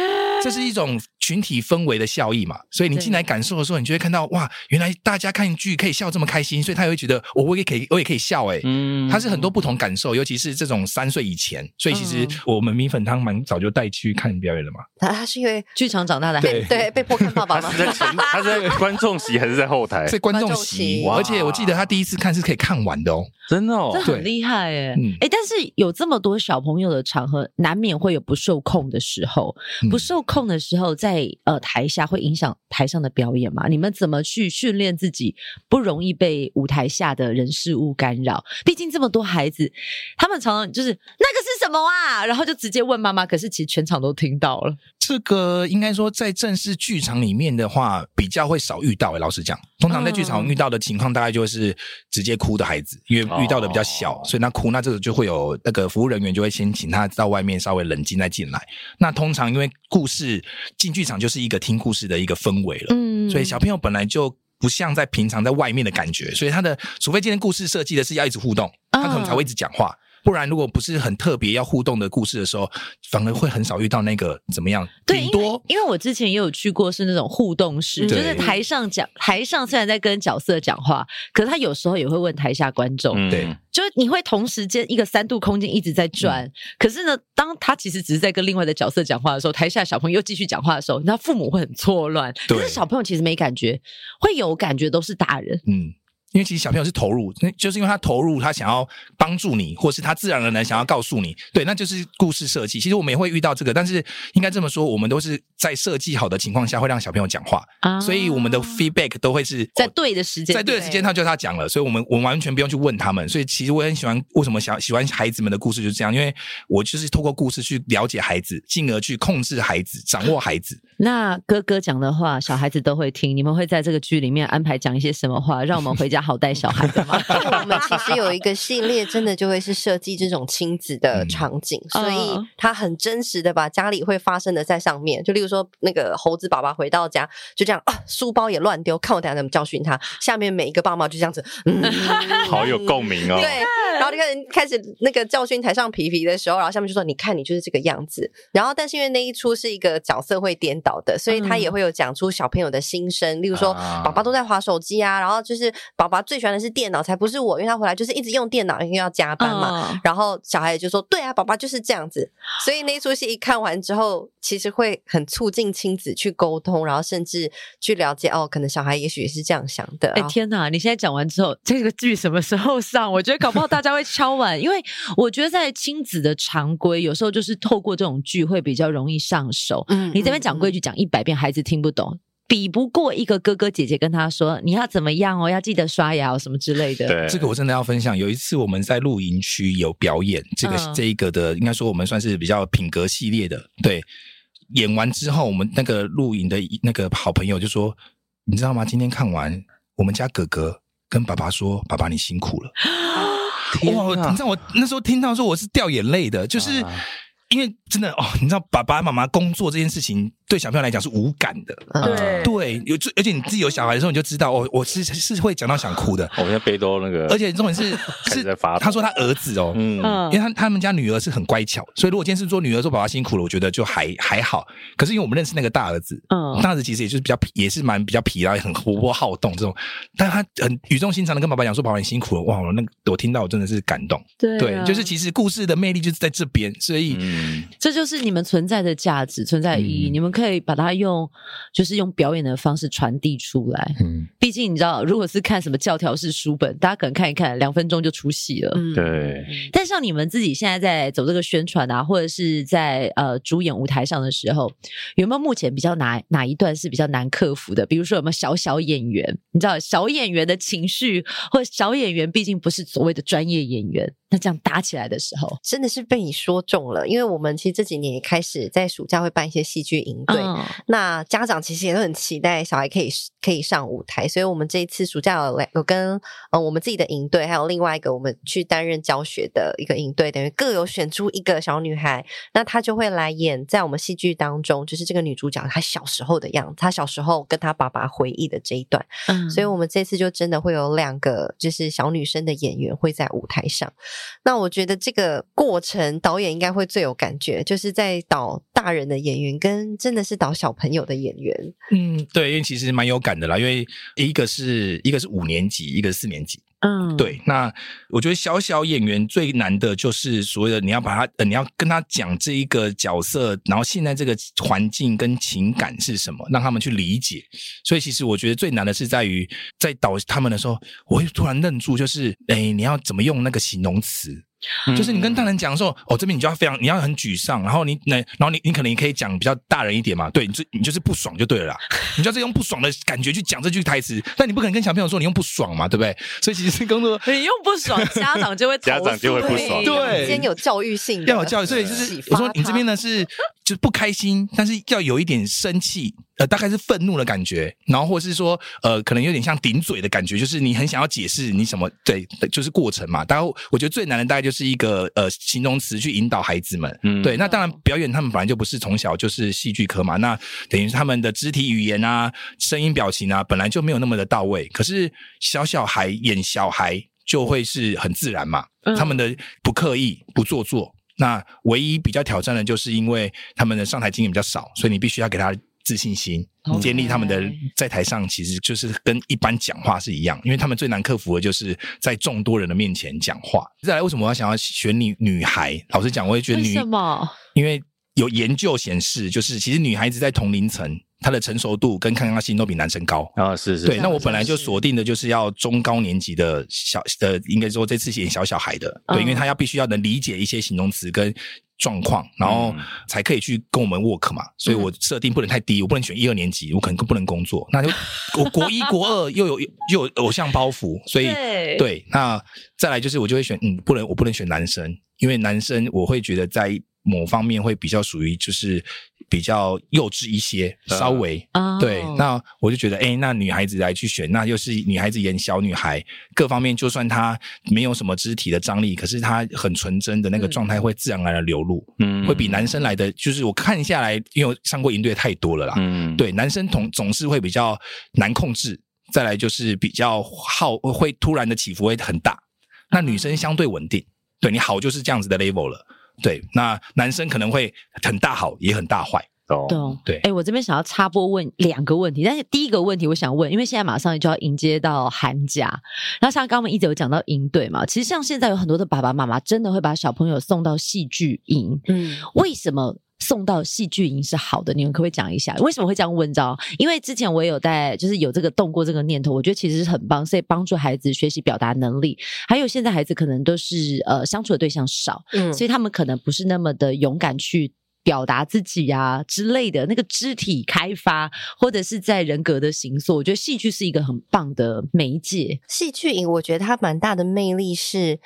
[SPEAKER 4] 这是一种群体氛围的效益嘛。所以你
[SPEAKER 3] 对
[SPEAKER 4] 进来感受的时候，你就会看到哇，原来大家看剧可以笑这么开心，所以他也会觉得我我也可以我也可以笑哎、
[SPEAKER 1] 嗯
[SPEAKER 4] 它是很多不同感受，尤其是这种三岁以前，所以其实
[SPEAKER 3] 嗯
[SPEAKER 4] 我们米粉汤蛮早就带去看表演了嘛。
[SPEAKER 2] 他他是因为
[SPEAKER 3] 剧场长大的孩
[SPEAKER 4] 对
[SPEAKER 3] 子，
[SPEAKER 2] 被对被迫看爸爸
[SPEAKER 1] 他
[SPEAKER 2] 吗
[SPEAKER 1] 是？在前，他是在观众席还是在后台？
[SPEAKER 4] 在观众
[SPEAKER 2] 观众
[SPEAKER 4] 席，
[SPEAKER 2] 席
[SPEAKER 4] 而且我记得他第一次看是可以看完的哦。
[SPEAKER 1] 真的哦
[SPEAKER 3] 这
[SPEAKER 4] 对
[SPEAKER 3] 很厉害哎、
[SPEAKER 4] 嗯
[SPEAKER 3] 哎、但是有这么多小朋友的场合，难免会有不受控的时候。
[SPEAKER 4] 嗯
[SPEAKER 3] 不受控的时候在，呃台下会影响台上的表演嘛？你们怎么去训练自己，不容易被舞台下的人事物干扰？毕竟这么多孩子，他们常常就是那个是什么啊，然后就直接问妈妈，可是其实全场都听到了。
[SPEAKER 4] 这个应该说在正式剧场里面的话，比较会少遇到、欸。老实讲，通常在剧
[SPEAKER 3] 嗯
[SPEAKER 4] 场遇到的情况，大概就是直接哭的孩子，因为遇到的比较小，
[SPEAKER 1] 哦
[SPEAKER 4] 所以他哭，那这个就会有那个服务人员就会先请他到外面稍微冷静再进来。那通常因为故事进剧场就是一个听故事的一个氛围了，
[SPEAKER 3] 嗯
[SPEAKER 4] 所以小朋友本来就。不像在平常在外面的感觉，所以他的除非今天故事设计的是要一直互动，他可能才会一
[SPEAKER 3] 嗯
[SPEAKER 4] 直讲话，不然如果不是很特别要互动的故事的时候，反而会很少遇到那个怎么样，
[SPEAKER 3] 对，
[SPEAKER 4] 顶
[SPEAKER 3] 因
[SPEAKER 4] 多
[SPEAKER 3] 为因为我之前也有去过是那种互动式，
[SPEAKER 2] 嗯
[SPEAKER 3] 就是
[SPEAKER 4] 对
[SPEAKER 3] 台上讲，台上虽然在跟角色讲话，可是他有时候也会问台下观众，
[SPEAKER 1] 嗯
[SPEAKER 4] 对
[SPEAKER 3] 就是你会同时间一个三度空间一直在转，可是呢，当他其实只是在跟另外的角色讲话的时候，台下小朋友又继续讲话的时候，你知道父母会很错乱，
[SPEAKER 4] 对
[SPEAKER 3] 可是小朋友其实没感觉，会有感觉都是大人，
[SPEAKER 4] 嗯，因为其实小朋友是投入，那就是因为他投入，他想要帮助你，或是他自然而然想要告诉你，对，那就是故事设计。其实我们也会遇到这个，但是应该这么说，我们都是在设计好的情况下会让小朋友讲话，
[SPEAKER 3] 啊
[SPEAKER 4] 所以我们的 feedback 都会是
[SPEAKER 3] 在
[SPEAKER 4] 哦
[SPEAKER 3] 对的时间
[SPEAKER 4] 在对的时间，他就他讲了，所以我们我们完全不用去问他们。所以其实我很喜欢，为什么想喜欢孩子们的故事就是这样，因为我就是透过故事去了解孩子，进而去控制孩子，掌握孩子。
[SPEAKER 3] 那哥哥讲的话，小孩子都会听。你们会在这个剧里面安排讲一些什么话，让我们回家好带小孩的 吗？
[SPEAKER 2] 我们其实有一个系列，真的就会是设计这种亲子的场景，
[SPEAKER 3] 嗯
[SPEAKER 2] 所以他很真实的把家里会发生的在上面。就例如说，那个猴子爸爸回到家就这样啊，书包也乱丢，看我等下怎么教训他。下面每一个爸妈就这样子，嗯，
[SPEAKER 1] 好有共鸣哦。
[SPEAKER 2] 对，然后就开始开始那个教训台上皮皮的时候，然后下面就说：“你看你就是这个样子。”然后，但是因为那一出是一个角色会颠倒的，所以他也
[SPEAKER 3] 嗯
[SPEAKER 2] 会有讲出小朋友的心声，例如说
[SPEAKER 4] 啊
[SPEAKER 2] 爸爸都在划手机啊，然后就是爸爸最喜欢的是电脑，才不是我，因为他回来就是一直用电脑，因为要加班
[SPEAKER 3] 嗯
[SPEAKER 2] 嘛。然后小孩也就说：“对啊，爸爸就是这样子。”所以那一出戏一看完之后，其实会很促进亲子去沟通，然后甚至去了解哦，可能小孩也许也是这样想的。哦
[SPEAKER 3] 哎、
[SPEAKER 2] 然后
[SPEAKER 3] 天哪！你现在讲完之后，这个剧什么时候上？我觉得搞不好大家会敲碗，因为我觉得在亲子的常规，有时候就是透过这种剧会比较容易上手。
[SPEAKER 2] 嗯
[SPEAKER 3] 你这边
[SPEAKER 2] 嗯
[SPEAKER 3] 讲
[SPEAKER 2] 嗯
[SPEAKER 3] 规矩讲一百遍，孩子听不懂。比不过一个哥哥姐姐跟他说你要怎么样哦，要记得刷牙哦，什么之类的。
[SPEAKER 1] 对，
[SPEAKER 4] 这个我真的要分享。有一次我们在露营区有表演，这个、
[SPEAKER 3] 嗯
[SPEAKER 4] 这一个的，应该说我们算是比较品格系列的。对，演完之后，我们那个露营的一那个好朋友就说：“你知道吗？今天看完，我们家哥哥跟爸爸说，爸爸你辛苦了。”
[SPEAKER 1] 天
[SPEAKER 4] 哇！
[SPEAKER 1] 哪
[SPEAKER 4] 你知道我那时候听到说我是掉眼泪的，就是
[SPEAKER 1] 啊
[SPEAKER 4] 因为真的哦，你知道爸爸妈妈工作这件事情对小朋友来讲是无感的，
[SPEAKER 2] 嗯
[SPEAKER 1] 对
[SPEAKER 4] 对，有而且你自己有小孩的时候你就知道哦，我是是会讲到想哭的，
[SPEAKER 1] 我们现在背都那个，
[SPEAKER 4] 而且重点是
[SPEAKER 1] 开始在
[SPEAKER 4] 是
[SPEAKER 1] 发抖
[SPEAKER 4] 他说他儿子哦。
[SPEAKER 1] 嗯，
[SPEAKER 4] 因为
[SPEAKER 3] 嗯，
[SPEAKER 4] 他他们家女儿是很乖巧，所以如果今天是做女儿说爸爸辛苦了，我觉得就还还好。可是因为我们认识那个大儿子，
[SPEAKER 3] 嗯
[SPEAKER 4] 大儿子其实也就是比较皮也是蛮比较皮，然后也很活泼好动这种，但他很语重心长的跟爸爸讲说爸爸你辛苦了，哇，我那个我听到我真的是感动。
[SPEAKER 3] 对
[SPEAKER 4] 对，啊就是其实故事的魅力就是在这边，所以
[SPEAKER 1] 啊嗯
[SPEAKER 3] 这就是你们存在的价值、存在的意义。
[SPEAKER 4] 嗯
[SPEAKER 3] 你们可以把它用，就是用表演的方式传递出来。
[SPEAKER 4] 嗯，
[SPEAKER 3] 毕竟你知道，如果是看什么教条式书本，大家可能看一看，两分钟就出戏了。
[SPEAKER 2] 嗯
[SPEAKER 1] 对，
[SPEAKER 3] 但像你们自己现在在走这个宣传啊，或者是在呃主演舞台上的时候，有没有目前比较哪哪一段是比较难克服的？比如说有没有小小演员？你知道小演员的情绪，或者小演员毕竟不是所谓的专业演员，那这样打起来的时候，
[SPEAKER 2] 真的是被你说中了，因为我们其实这几年也开始在暑假会办一些戏剧营队，
[SPEAKER 3] 嗯
[SPEAKER 2] 队。那家长其实也都很期待小孩可以可以上舞台，所以我们这一次暑假有来有跟呃我们自己的营队，还有另外一个我们去担任教学的一个营队，等于各有选出一个小女孩，那她就会来演在我们戏剧当中，就是这个女主角她小时候的样子，她小时候跟她爸爸回忆的这一段。
[SPEAKER 3] 嗯
[SPEAKER 2] 所以我们这次就真的会有两个就是小女生的演员会在舞台上。那我觉得这个过程导演应该会最有感觉，就是在导大人的演员跟真的是导小朋友的演员。
[SPEAKER 4] 嗯，对，因为其实蛮有感的啦，因为一个是一个是五年级，一个是四年级。
[SPEAKER 3] 嗯，
[SPEAKER 4] 对，那我觉得小小演员最难的就是所谓的你要把他，呃，你要跟他讲这一个角色，然后现在这个环境跟情感是什么，让他们去理解。所以其实我觉得最难的是在于在导他们的时候，我会突然愣住，就是哎，你要怎么用那个形容词？
[SPEAKER 1] 嗯
[SPEAKER 4] 就是你跟大人讲说，哦，这边你就要非常，你要很沮丧，然后你那，然后你你可能也可以讲比较大人一点嘛，对，你就你就是不爽就对了啦，你就是用不爽的感觉去讲这句台词，但你不可能跟小朋友说你用不爽嘛，对不对？所以其实这工作
[SPEAKER 3] 你又不爽，家长就会
[SPEAKER 1] 家长
[SPEAKER 3] 投诉
[SPEAKER 1] 就会不
[SPEAKER 3] 你
[SPEAKER 1] 爽
[SPEAKER 4] 对
[SPEAKER 2] 先有教育性的，
[SPEAKER 4] 要有教育，所以就是
[SPEAKER 2] 启发
[SPEAKER 4] 我说你这边呢是就是不开心，但是要有一点生气，呃，大概是愤怒的感觉，然后或是说呃，可能有点像顶嘴的感觉，就是你很想要解释你什么，对，就是过程嘛。然后我觉得最难的大概就是一个呃形容词去引导孩子们，
[SPEAKER 1] 嗯
[SPEAKER 4] 对，那当然表演他们本来就不是从小就是戏剧科嘛，那等于是他们的肢体语言啊、声音、表情啊，本来就没有那么的到位。可是小小孩演小孩就会是很自然嘛，
[SPEAKER 3] 嗯
[SPEAKER 4] 他们的不刻意、不做作。那唯一比较挑战的就是因为他们的上台经验比较少，所以你必须要给他自信心，
[SPEAKER 3] OK
[SPEAKER 4] 建立他们的在台上其实就是跟一般讲话是一样，因为他们最难克服的就是在众多人的面前讲话。再来，为什么我要想要选女女孩？老实讲，我也觉得
[SPEAKER 3] 为
[SPEAKER 4] 女
[SPEAKER 3] 什么？
[SPEAKER 4] 因为有研究显示，就是其实女孩子在同龄层，她的成熟度跟抗压性都比男生高。
[SPEAKER 1] 啊，是是，
[SPEAKER 4] 对，
[SPEAKER 1] 是
[SPEAKER 4] 那我本来就锁定的就是要中高年级的小呃，应该说这次演小小孩的，对，
[SPEAKER 3] 嗯
[SPEAKER 4] 因为他要必须要能理解一些形容词跟状况，然后
[SPEAKER 1] 嗯
[SPEAKER 4] 才可以去跟我们 work 嘛。所以
[SPEAKER 3] 嗯
[SPEAKER 4] 我设定不能太低，我不能选一二年级，我可能不能工作，那就我国一国 二又有又有偶像包袱，所以
[SPEAKER 3] 对
[SPEAKER 4] 对，那再来就是我就会选，嗯，不能，我不能选男生，因为男生我会觉得在某方面会比较属于就是比较幼稚一些，
[SPEAKER 1] 嗯
[SPEAKER 4] 稍微。
[SPEAKER 3] 哦
[SPEAKER 4] 对，那我就觉得，哎、那女孩子来去选，那又是女孩子演小女孩，各方面就算她没有什么肢体的张力，可是她很纯真的那个
[SPEAKER 3] 嗯
[SPEAKER 4] 状态会自然而然的流露，
[SPEAKER 1] 嗯
[SPEAKER 4] 会比男生来的，就是我看下来，因为我上过营队太多了啦，
[SPEAKER 1] 嗯，
[SPEAKER 4] 对，男生总总是会比较难控制，再来就是比较好，会突然的起伏会很大。那女生相对稳定，对你好就是这样子的 level 了。对，那男生可能会很大好，也很大坏。
[SPEAKER 1] 懂，
[SPEAKER 3] 懂
[SPEAKER 4] 对
[SPEAKER 3] 哎、我这边想要插播问两个问题，但是第一个问题我想问，因为现在马上就要迎接到寒假，然后像刚刚我们一直有讲到营队嘛，其实像现在有很多的爸爸妈妈真的会把小朋友送到戏剧营，
[SPEAKER 2] 嗯，
[SPEAKER 3] 为什么？送到戏剧营是好的，你们可不可以讲一下为什么会这样问？你知道因为之前我也有在，就是有这个动过这个念头，我觉得其实是很棒，所以帮助孩子学习表达能力。还有现在孩子可能都是呃相处的对象少，
[SPEAKER 2] 嗯
[SPEAKER 3] 所以他们可能不是那么的勇敢去表达自己啊之类的那个肢体开发，或者是在人格的形塑，我觉得戏剧是一个很棒的媒介。
[SPEAKER 2] 戏剧营，我觉得它蛮大的魅力是，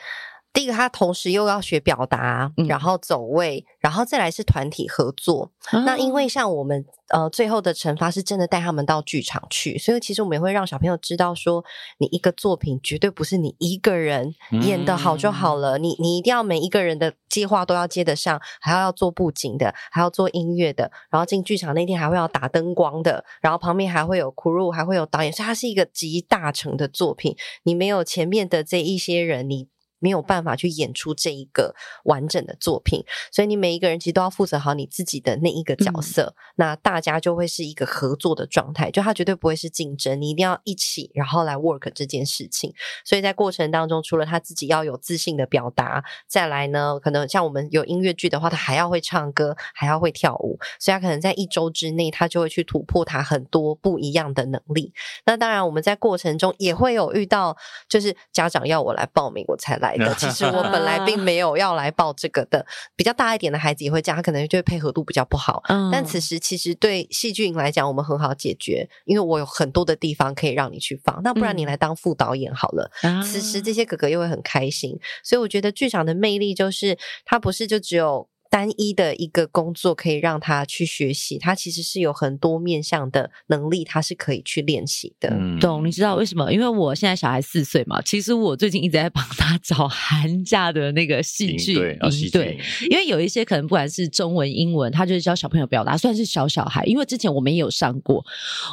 [SPEAKER 2] 第一个，它同时又要学表达，
[SPEAKER 3] 嗯
[SPEAKER 2] 然后走位，然后再来是团体合作。那因为像我们呃最后的惩罚是真的带他们到剧场去，所以其实我们也会让小朋友知道说，你一个作品绝对不是你一个人演的好就好了，你你一定要每一个人的计划都要接得上，还要要做布景的，还要做音乐的，然后进剧场那天还会要打灯光的，然后旁边还会有 crew，还会有导演，所以它是一个集大成的作品。你没有前面的这一些人，你。没有办法去演出这一个完整的作品，所以你每一个人其实都要负责好你自己的那一个角色，那大家就会是一个合作的状态，就它绝对不会是竞争，你一定要一起，然后来 work 这件事情。所以在过程当中，除了他自己要有自信的表达，再来呢，可能像我们有音乐剧的话，他还要会唱歌，还要会跳舞，所以他可能在一周之内，他就会去突破他很多不一样的能力。那当然，我们在过程中也会有遇到，就是家长要我来报名我才来的，其实我本来 并没有要来报这个的。比较大一点的孩子也会这样，他可能就会配合度比较不好。
[SPEAKER 3] 嗯
[SPEAKER 2] 但此时其实对戏剧营来讲，我们很好解决，因为我有很多的地方可以让你去放。那不然你
[SPEAKER 3] 嗯
[SPEAKER 2] 来当副导演好了。
[SPEAKER 3] 啊
[SPEAKER 2] 此时这些哥哥又会很开心，所以我觉得剧场的魅力就是它不是就只有。单一的一个工作可以让他去学习，他其实是有很多面向的能力，他是可以去练习的。
[SPEAKER 1] 嗯
[SPEAKER 3] 懂，你知道为什么？因为我现在小孩四岁嘛，其实我最近一直在帮他 找寒假的那个戏剧
[SPEAKER 1] 对，啊戏
[SPEAKER 3] 营队
[SPEAKER 1] 剧，
[SPEAKER 3] 因为有一些可能不管是中文、英文，他就是教小朋友表达，算是小小孩。因为之前我们也有上过，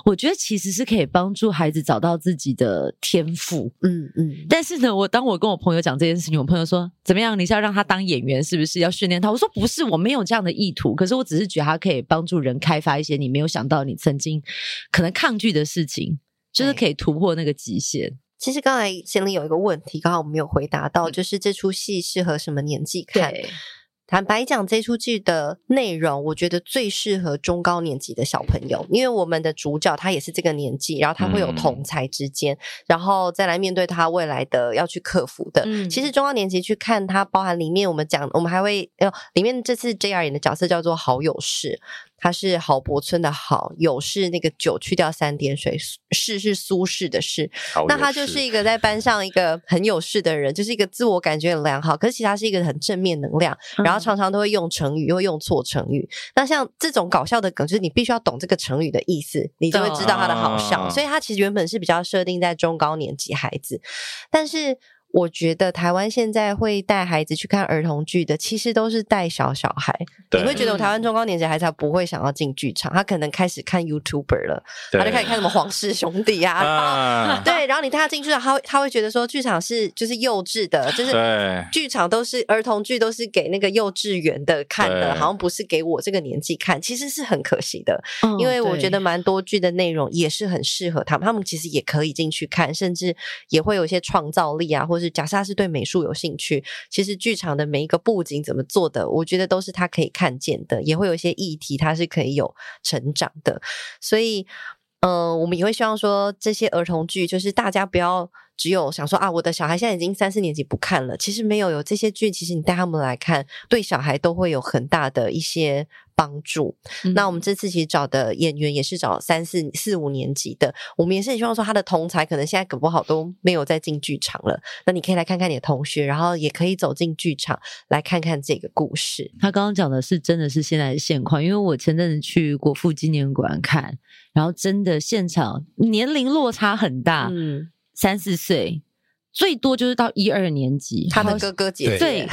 [SPEAKER 3] 我觉得其实是可以帮助孩子找到自己的天赋。
[SPEAKER 2] 嗯嗯，
[SPEAKER 3] 但是呢，我当我跟我朋友讲这件事情，我朋友说怎么样？你是要让他当演员，是不是要训练他？我说不是，我没有这样的意图。可是我只是觉得他可以帮助人开发一些你没有想到你曾经可能抗拒的事情，就是可以突破那个极限。
[SPEAKER 2] 其实刚才贤玲有一个问题，刚好我们没有回答到，就是这出戏适合什么年纪看？坦白讲，这出剧的内容，我觉得最适合中高年级的小朋友，因为我们的主角他也是这个年纪，然后他会有
[SPEAKER 1] 嗯
[SPEAKER 2] 同才之间，然后再来面对他未来的要去克服的。
[SPEAKER 3] 嗯
[SPEAKER 2] 其实中高年级去看它，包含里面我们讲，我们还会呃，里面这次 JR 演的角色叫做好友士，他是郝柏村的好友是那个九去掉三点水，士是苏轼的士，
[SPEAKER 1] 好
[SPEAKER 2] 那
[SPEAKER 1] 有
[SPEAKER 2] 他就
[SPEAKER 1] 事
[SPEAKER 2] 是一个在班上一个很有事的人，就是一个自我感觉很良好，可是其实他是一个很正面能量，
[SPEAKER 3] 嗯
[SPEAKER 2] 然后常常都会用成语，又会用错成语。那像这种搞笑的梗，就是你必须要懂这个成语的意思，你就会知道它的好笑。
[SPEAKER 1] 懂
[SPEAKER 2] 所以它其实原本是比较设定在中高年级孩子，但是。我觉得台湾现在会带孩子去看儿童剧的，其实都是带小小孩。你
[SPEAKER 1] 对
[SPEAKER 2] 会觉得我台湾中高年级孩子他不会想要进剧场，他可能开始看 YouTuber 了，他就开始看什么《皇室兄弟》啊，
[SPEAKER 1] 啊，
[SPEAKER 2] 对，然后你带他进去了，他会他会觉得说剧场是就是幼稚的，就是
[SPEAKER 1] 对，
[SPEAKER 2] 剧场都是儿童剧，都是给那个幼稚园的看的，
[SPEAKER 1] 对
[SPEAKER 2] 好像不是给我这个年纪看，其实是很可惜的，
[SPEAKER 3] 嗯
[SPEAKER 2] 因为我觉得
[SPEAKER 3] 对
[SPEAKER 2] 蛮多剧的内容也是很适合他们，他们其实也可以进去看，甚至也会有一些创造力啊，或是假设他是对美术有兴趣，其实剧场的每一个布景怎么做的，我觉得都是他可以看见的，也会有一些议题他是可以有成长的，所以。嗯，我们也会希望说，这些儿童剧就是大家不要只有想说啊，我的小孩现在已经三四年级不看了。其实没有，有这些剧，其实你带他们来看，对小孩都会有很大的一些帮助。
[SPEAKER 3] 嗯
[SPEAKER 2] 那我们这次其实找的演员也是找三四四五年级的，我们也是很希望说他的同才可能现在搞不好都没有再进剧场了，那你可以来看看你的同学，然后也可以走进剧场来看看这个故事。
[SPEAKER 3] 他刚刚讲的是真的是现在的现况，因为我前阵子去国父纪念馆看，然后真的现场年龄落差很大，
[SPEAKER 2] 嗯，
[SPEAKER 3] 三四岁最多就是到一二年级，
[SPEAKER 2] 他的
[SPEAKER 3] 然后
[SPEAKER 2] 哥哥姐姐，
[SPEAKER 3] 对，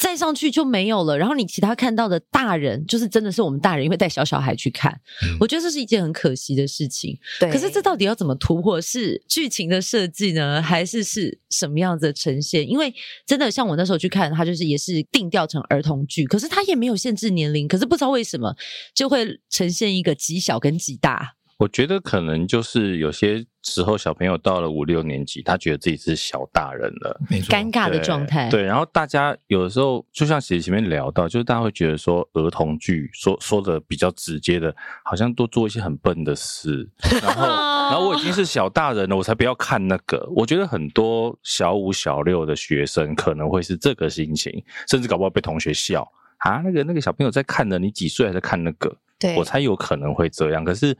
[SPEAKER 3] 再上去就没有了。然后你其他看到的大人，就是真的是我们大人，因为带小小孩去看，
[SPEAKER 4] 嗯
[SPEAKER 3] 我觉得这是一件很可惜的事情。
[SPEAKER 2] 对
[SPEAKER 3] 可是这到底要怎么突破？是剧情的设计呢，还是是什么样子的呈现？因为真的像我那时候去看，它就是也是定调成儿童剧，可是它也没有限制年龄，可是不知道为什么就会呈现一个极小跟极大。
[SPEAKER 1] 我觉得可能就是有些时候小朋友到了五六年级，他觉得自己是小大人了，
[SPEAKER 4] 没错，
[SPEAKER 3] 尴尬的
[SPEAKER 1] 对
[SPEAKER 3] 状态，
[SPEAKER 1] 对，然后大家有的时候就像其实前面聊到，就是大家会觉得说呃儿童剧说说的比较直接的，好像多做一些很笨的事，然 后然后我已经是小大人了，我才不要看那个。我觉得很多小五小六的学生可能会是这个心情，甚至搞不好被同学笑啊，那个那个小朋友在看的，你几岁还在看那个？
[SPEAKER 2] 对
[SPEAKER 1] 我猜有可能会这样。可是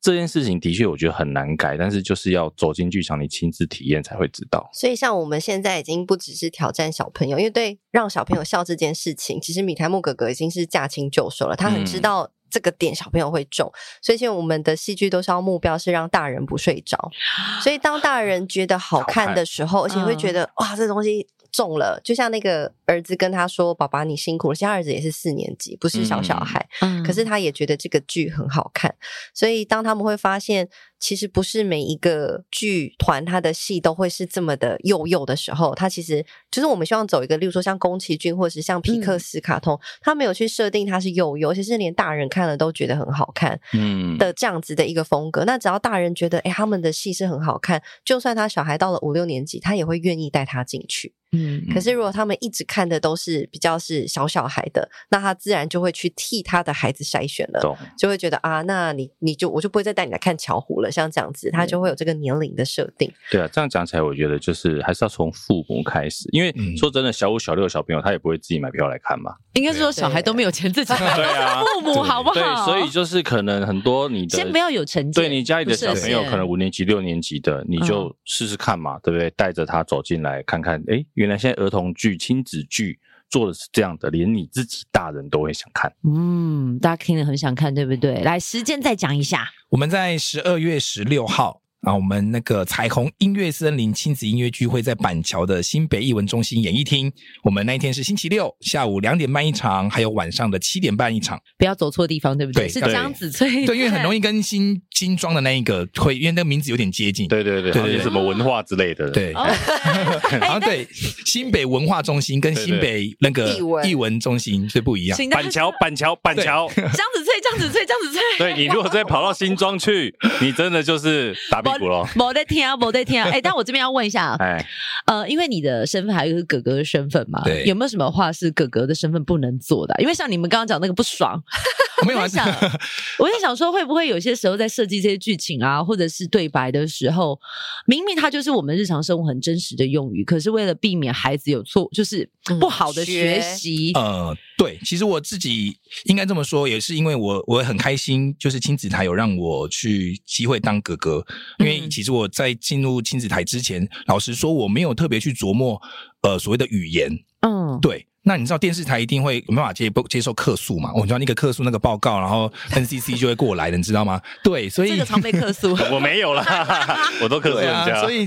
[SPEAKER 1] 这件事情的确我觉得很难改，但是就是要走进剧场，你亲自体验才会知道。
[SPEAKER 2] 所以，像我们现在已经不只是挑战小朋友，因为对让小朋友笑这件事情，其实米台木哥哥已经是驾轻就熟了，他很知道这个点小朋友会中，所以现在我们的戏剧都是要目标是让大人不睡着， 所以当大人觉得好看嗯的时候，而且会觉得、哇，这东西。中了，就像那个儿子跟他说：“爸爸，你辛苦了。”现在儿子也是四年级，不是小小孩。
[SPEAKER 3] 嗯
[SPEAKER 2] 可是他也觉得这个剧很好看，所以当他们会发现，其实不是每一个剧团他的戏都会是这么的幼幼的时候，他其实就是我们希望走一个，例如说像宫崎骏或者是像皮
[SPEAKER 3] 嗯
[SPEAKER 2] 克斯卡通，他没有去设定它是幼幼，其实连大人看了都觉得很好看
[SPEAKER 1] 嗯，
[SPEAKER 2] 的这样子的一个风格。那只要大人觉得，哎、他们的戏是很好看，就算他小孩到了五六年级，他也会愿意带他进去。
[SPEAKER 3] 嗯
[SPEAKER 2] 可是如果他们一直看的都是比较是小小孩的，那他自然就会去替他的孩子筛选了，
[SPEAKER 1] 懂。
[SPEAKER 2] 就会觉得啊，那你你就我就不会再带你来看巧虎了，像这样子，他就
[SPEAKER 4] 嗯
[SPEAKER 2] 会有这个年龄的设定。
[SPEAKER 1] 对啊，这样讲起来，我觉得就是还是要从父母开始，因为
[SPEAKER 4] 嗯
[SPEAKER 1] 说真的，小五、小六的小朋友他也不会自己买票来看嘛。
[SPEAKER 3] 应该是说小孩都没有钱自己买，
[SPEAKER 1] 对啊
[SPEAKER 3] 都是父母好不好？
[SPEAKER 1] 对，所以就是可能很多你的
[SPEAKER 3] 先不要有成见，
[SPEAKER 1] 对你家里的小朋友
[SPEAKER 3] 不设限嗯
[SPEAKER 1] 可能五年级、六年级的，你就试试看嘛，对不对？带着他走进来看看，诶，原来现在儿童剧、亲子剧。做的是这样的，连你自己大人都会想看。
[SPEAKER 3] 嗯，大家听了很想看，对不对？来，时间再讲一下。
[SPEAKER 4] 我们在十二月十六号啊，我们那个彩虹音乐森林亲子音乐剧会在板桥的新北艺文中心演艺厅。我们那一天是星期六下午两点半一场，还有晚上的七点半一场。
[SPEAKER 3] 不要走错地方，对不对？
[SPEAKER 4] 对
[SPEAKER 3] 是
[SPEAKER 4] 对
[SPEAKER 3] 江子翠，
[SPEAKER 4] 对，因为很容
[SPEAKER 3] 易。
[SPEAKER 4] 易跟新新庄的那一个会，因为那个名字有点接近。
[SPEAKER 1] 对对对，
[SPEAKER 4] 对
[SPEAKER 1] 好像
[SPEAKER 4] 对
[SPEAKER 1] 什么文化之类的。
[SPEAKER 4] 对，
[SPEAKER 3] 哦
[SPEAKER 4] 好 像对新北文化中心跟新北那个
[SPEAKER 2] 艺文
[SPEAKER 4] 艺文中心是不一样。
[SPEAKER 3] 请大家
[SPEAKER 1] 板 桥，板桥，板桥。
[SPEAKER 3] 江子翠，江子翠，江子翠。
[SPEAKER 1] 对你如果再跑到新庄去，你真的就是打屁股咯。
[SPEAKER 3] 某在听啊，某在听啊！哎、但我这边要问一下，
[SPEAKER 1] 哎，
[SPEAKER 3] 呃，因为你的身份还有一个哥哥的身份嘛，
[SPEAKER 4] 对
[SPEAKER 3] 有没有什么话是哥哥的身份不能做的啊、因为像你们刚刚讲那个不爽，
[SPEAKER 4] 没有
[SPEAKER 3] 我
[SPEAKER 4] 啊
[SPEAKER 3] 在，想， 我在想说，会不会有些时候在设计这些剧情啊，或者是对白的时候，明明它就是我们日常生活很真实的用语，可是为了避免孩子有错，就是
[SPEAKER 4] 嗯
[SPEAKER 3] 不好的学习，
[SPEAKER 4] 呃，对，其实我自己应该这么说，也是因为我我很开心，就是亲子台有让我去机会当哥哥，因为
[SPEAKER 3] 嗯
[SPEAKER 4] 其实我在进入亲子台之前，老实说我没有特别去琢磨呃所谓的语言，
[SPEAKER 3] 嗯，
[SPEAKER 4] 对。那你知道电视台一定会有没办法接不接受客诉嘛？我知道那个客诉那个报告，然后 NCC 就会过来的，你知道吗？对，所以
[SPEAKER 3] 这个常被客诉。
[SPEAKER 1] 我没有啦， 我都克诉
[SPEAKER 4] 对
[SPEAKER 1] 人
[SPEAKER 4] 啊，
[SPEAKER 1] 家。
[SPEAKER 4] 所以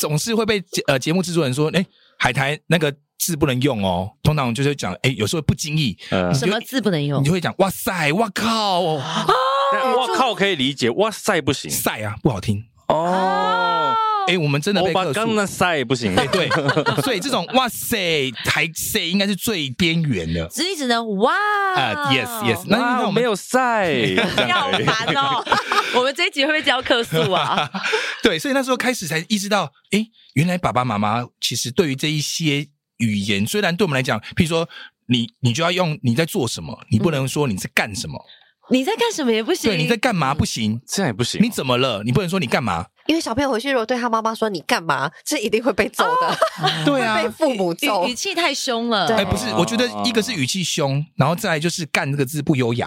[SPEAKER 4] 总是会被节呃节目制作人说，哎、海苔那个字不能用哦。通常就是讲，哎、有时候不经意，
[SPEAKER 1] 嗯，
[SPEAKER 3] 什么字不能用
[SPEAKER 4] 你就？会讲，哇塞，哇靠，哦
[SPEAKER 1] 但我靠，可以理解。哇塞，不行
[SPEAKER 4] 塞啊，不好听。
[SPEAKER 1] 哦，
[SPEAKER 4] 哎、我们真的
[SPEAKER 1] 欧
[SPEAKER 4] 被
[SPEAKER 1] 巴
[SPEAKER 4] 克
[SPEAKER 1] 刚
[SPEAKER 4] 诉。
[SPEAKER 1] 那塞不行。
[SPEAKER 4] 哎， 对， 所以这种哇塞、台塞应该是最边缘的
[SPEAKER 3] 只只能哇
[SPEAKER 4] 啊、y e s yes，那
[SPEAKER 1] 哇
[SPEAKER 4] 那 我
[SPEAKER 1] 没
[SPEAKER 4] 们
[SPEAKER 1] 有塞，这
[SPEAKER 3] 你好
[SPEAKER 1] 样可以
[SPEAKER 3] 烦 哦！我们这一集会不会叫客诉啊？
[SPEAKER 4] 对，所以那时候开始才意识到，哎、原来爸爸妈妈其实对于这一些语言，虽然对我们来讲，譬如说你你就要用你在做什么，你不能说你在干什么，
[SPEAKER 3] 你在干什么也不行，
[SPEAKER 4] 对，你在干嘛不行，
[SPEAKER 1] 这样也不行。
[SPEAKER 4] 你怎么了？你不能说你干嘛？
[SPEAKER 2] 因为小朋友回去如果对他妈妈说你干嘛，这一定会被揍的，
[SPEAKER 4] 对啊
[SPEAKER 2] 会被。父母揍
[SPEAKER 3] 语语。气太凶了。
[SPEAKER 2] 对
[SPEAKER 4] 哎，不是，我觉得一个是语气凶，然后再来就是“干”这个字不优雅。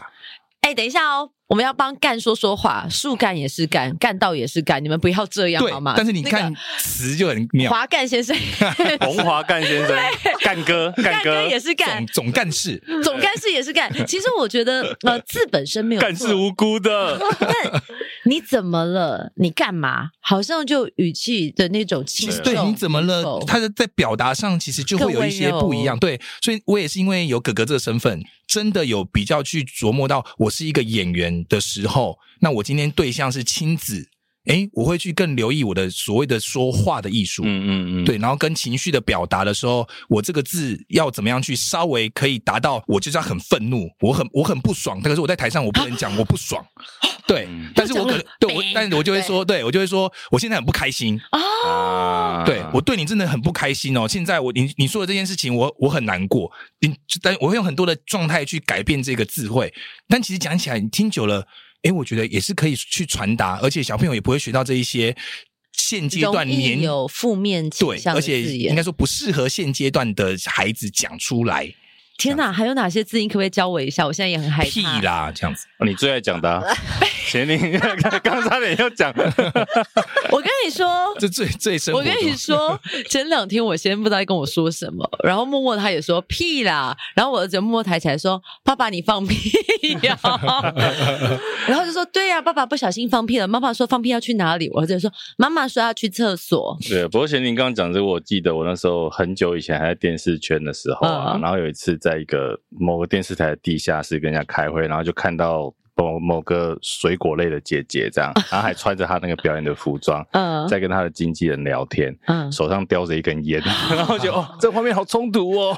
[SPEAKER 3] 哎，等一下哦，我们要帮干说说话，树干也是干，干道也是干，你们不要这样
[SPEAKER 4] 对
[SPEAKER 3] 好吗？，
[SPEAKER 4] 但是你
[SPEAKER 3] 那个
[SPEAKER 4] 看词就很妙，
[SPEAKER 3] 华干 先生，
[SPEAKER 1] 红华干先生，干哥，干
[SPEAKER 3] 干
[SPEAKER 1] 哥
[SPEAKER 3] 哥也是干
[SPEAKER 4] 总，总干 事。
[SPEAKER 3] 总干事也是 干。其实我觉得，呃，字本身没有
[SPEAKER 1] 干是
[SPEAKER 3] 错，
[SPEAKER 1] 无辜的。
[SPEAKER 3] 你怎么了？你干嘛？好像就语气的那种轻
[SPEAKER 1] 是
[SPEAKER 3] 重，
[SPEAKER 4] 对，你怎么
[SPEAKER 3] 与
[SPEAKER 4] 了
[SPEAKER 3] 否？
[SPEAKER 4] 他的在表达上其实就会有一些不一样。对，所以我也是因为有哥哥这个身份，真的有比较去琢磨到我是一个演员的时候，那我今天对象是亲子，诶，我会去更留意我的所谓的说话的艺术。
[SPEAKER 1] 嗯嗯嗯，
[SPEAKER 4] 对，然后跟情绪的表达的时候，我这个字要怎么样去稍微可以达到，我就是要很愤怒，我很我很不爽，但是我在台上我不能讲我不爽， 对
[SPEAKER 1] 嗯，
[SPEAKER 4] 但是我可能对我，但是我就会
[SPEAKER 2] 对
[SPEAKER 4] 说，对我就会说，我现在很不开心，
[SPEAKER 1] 啊
[SPEAKER 4] 对我对你真的很不开心哦。现在我你你说的这件事情，我我很难过，你但我会用很多的状态去改变这个智慧，但其实讲起来，你听久了，诶，我觉得也是可以去传达，而且小朋友也不会学到这一些。现阶段
[SPEAKER 3] 容易
[SPEAKER 4] 年
[SPEAKER 3] 有负面倾
[SPEAKER 4] 对，
[SPEAKER 3] 向
[SPEAKER 4] 而
[SPEAKER 3] 的字
[SPEAKER 4] 且
[SPEAKER 3] 眼
[SPEAKER 4] 应该说不适合现阶段的孩子讲出来，
[SPEAKER 3] 天哪，还有哪些字你可不可以教我一下？我现在也很害
[SPEAKER 4] 屁
[SPEAKER 3] 怕。
[SPEAKER 4] 啦这样子。
[SPEAKER 1] 你最爱讲的 啊，贤玲刚差点要讲，
[SPEAKER 3] 我跟你说，
[SPEAKER 4] 这最最深，
[SPEAKER 3] 我跟你，说，前两天我先不知道跟我说什么，然后默默他也说屁啦，然后我儿子默默抬起来说：“爸爸，你放屁 呀、然后就说：“对呀、爸爸不小心放屁了。”妈妈说：“放屁要去哪里？”我儿子就说：“妈妈说要去厕所。
[SPEAKER 1] 对，不过贤玲刚刚讲这个，我记得我那时候很久以前还在电视圈的时候啊，
[SPEAKER 3] 嗯
[SPEAKER 1] 然后有一次在一个某个电视台的地下室跟人家开会，然后就看到某某个水果类的姐姐这
[SPEAKER 4] 嗯
[SPEAKER 1] 样，然后还穿着她那个表演的服装”，
[SPEAKER 3] 嗯
[SPEAKER 1] 在跟她的经纪人聊天，
[SPEAKER 3] 嗯，
[SPEAKER 1] 手上叼着一根 烟，然后就哦，这画面好冲突哦，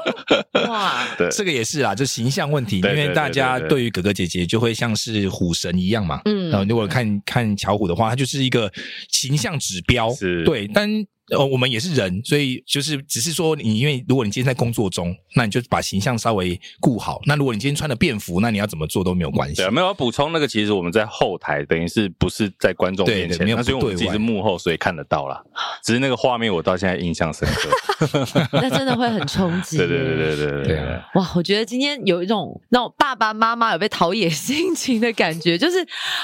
[SPEAKER 3] 哇，
[SPEAKER 1] 对，
[SPEAKER 4] 这个也是啊，就形象问题，因
[SPEAKER 1] 对
[SPEAKER 4] 为
[SPEAKER 1] 对
[SPEAKER 4] 大
[SPEAKER 1] 对
[SPEAKER 4] 家
[SPEAKER 1] 对对
[SPEAKER 4] 对于哥哥姐姐就会像是虎神一样嘛。
[SPEAKER 3] 嗯
[SPEAKER 4] 呃，如果看看巧虎的话，他就是一个形象指标，
[SPEAKER 1] 是
[SPEAKER 4] 对，但。呃，我们也是人，所以就是只是说你，因为如果你今天在工作中，那你就把形象稍微顾好。那如果你今天穿了便服，那你要怎么做都没有关系
[SPEAKER 1] 对啊，。没有要补充那个，其实我们在后台，等于是不是在观众
[SPEAKER 4] 对
[SPEAKER 1] 面
[SPEAKER 4] 对
[SPEAKER 1] 前，
[SPEAKER 4] 没有
[SPEAKER 1] 那是因为我们
[SPEAKER 4] 不
[SPEAKER 1] 自己
[SPEAKER 4] 对外
[SPEAKER 1] 是幕后，所以看得到啦。只是那个画面我到现在印象深刻。
[SPEAKER 3] 那真的会很冲 击。
[SPEAKER 1] 对对对对对对
[SPEAKER 4] 对啊
[SPEAKER 3] 哇，我觉得今天有一种那种爸爸妈妈有被陶冶心情的感觉，就是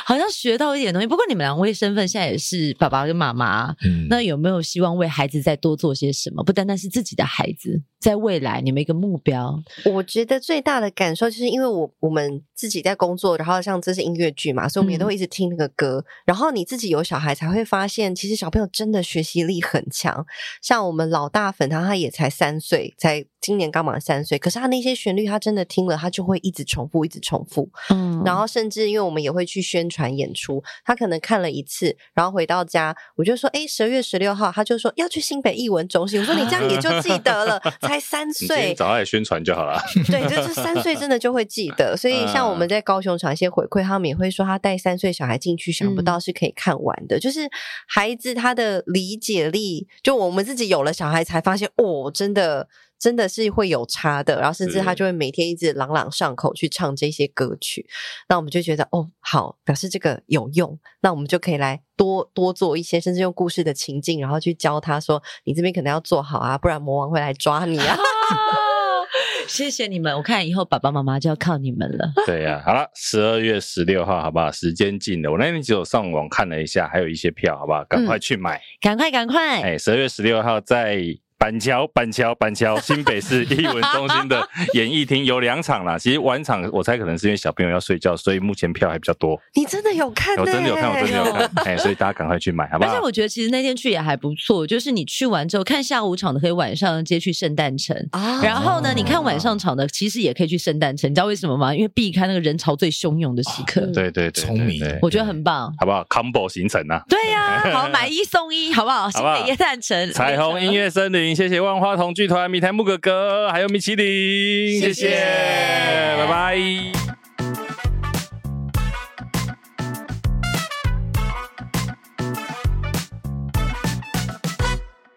[SPEAKER 3] 好像学到一点东西。不过你们两位身份现在也是爸爸跟妈妈，
[SPEAKER 4] 嗯
[SPEAKER 3] 那有没有希望为孩子再多做些什么？不单单是自己的孩子，在未来你们一个目标，
[SPEAKER 2] 我觉得最大的感受就是因为我我们自己在工作，然后像这是音乐剧嘛，所以我
[SPEAKER 4] 嗯
[SPEAKER 2] 们也都会一直听那个歌。然后你自己有小孩才会发现，其实小朋友真的学习力很强。像我们老大粉他，他也才三岁，才今年刚满三岁，可是他那些旋律，他真的听了，他就会一直重复，一直重复。
[SPEAKER 3] 嗯
[SPEAKER 2] 然后甚至因为我们也会去宣传演出，他可能看了一次，然后回到家，我就说，哎，十二月十六号，他就说要去新北艺文中心。我说你这样也就记得 了，才三
[SPEAKER 1] 你今天
[SPEAKER 2] 岁，
[SPEAKER 1] 找他来宣传就好了。
[SPEAKER 2] 对，就是三岁真的就会记得。所以像我们在高雄场一些回馈，他们也会说，他带三岁小孩进去，想不到是可以看完的。就是孩子他的理解力，就我们自己有了小孩才发现，哦，真的。真的是会有差的，然后甚至他
[SPEAKER 1] 是
[SPEAKER 2] 就会每天一直朗朗上口去唱这些歌曲，那我们就觉得哦，好，表示这个有用，那我们就可以来多多做一些，甚至用故事的情境，然后去教他说，你这边可能要做好啊，不然魔王会来抓你啊。
[SPEAKER 3] 谢谢你们，我看以后爸爸妈妈就要靠你们了。
[SPEAKER 1] 对呀、好了，十二月十六号，好不好？时间近了，我那天只有上网看了一下，还有一些票，好不好？赶快去买！
[SPEAKER 3] 赶快，赶快！
[SPEAKER 1] 哎、十二、月十六号在板桥、板桥、板桥新北市艺文中心的演艺厅有两场啦。其实晚场我猜可能是因为小朋友要睡觉，所以目前票还比较多。哎
[SPEAKER 2] 你真的有看、呢？
[SPEAKER 1] 我真的有看，我真的有看，哎、所以大家赶快去买，好不
[SPEAKER 3] 而
[SPEAKER 1] 好
[SPEAKER 3] 且？我觉得其实那天去也还不错，就是你去完之后看下午场的，可以晚上接去圣诞城。
[SPEAKER 2] 啊
[SPEAKER 3] 然后呢，
[SPEAKER 1] 哦
[SPEAKER 3] 你看晚上场的，其实也可以去圣诞城，你知道为什么吗？因为避开那个人潮最汹涌的时刻，
[SPEAKER 2] 嗯
[SPEAKER 1] 哦对对对对，
[SPEAKER 4] 聪明
[SPEAKER 1] 对对
[SPEAKER 3] 我觉得很棒。
[SPEAKER 1] 好不好？combo 行程啊！
[SPEAKER 3] 对 呀、好买一送一，好不好？
[SPEAKER 1] 好
[SPEAKER 3] 新
[SPEAKER 1] 不好
[SPEAKER 3] 北夜诞城，
[SPEAKER 1] 彩虹音
[SPEAKER 3] 乐，
[SPEAKER 1] 乐森林，谢谢万花筒剧团、米台木哥哥，还有米其林，
[SPEAKER 2] 谢谢
[SPEAKER 1] 拜拜。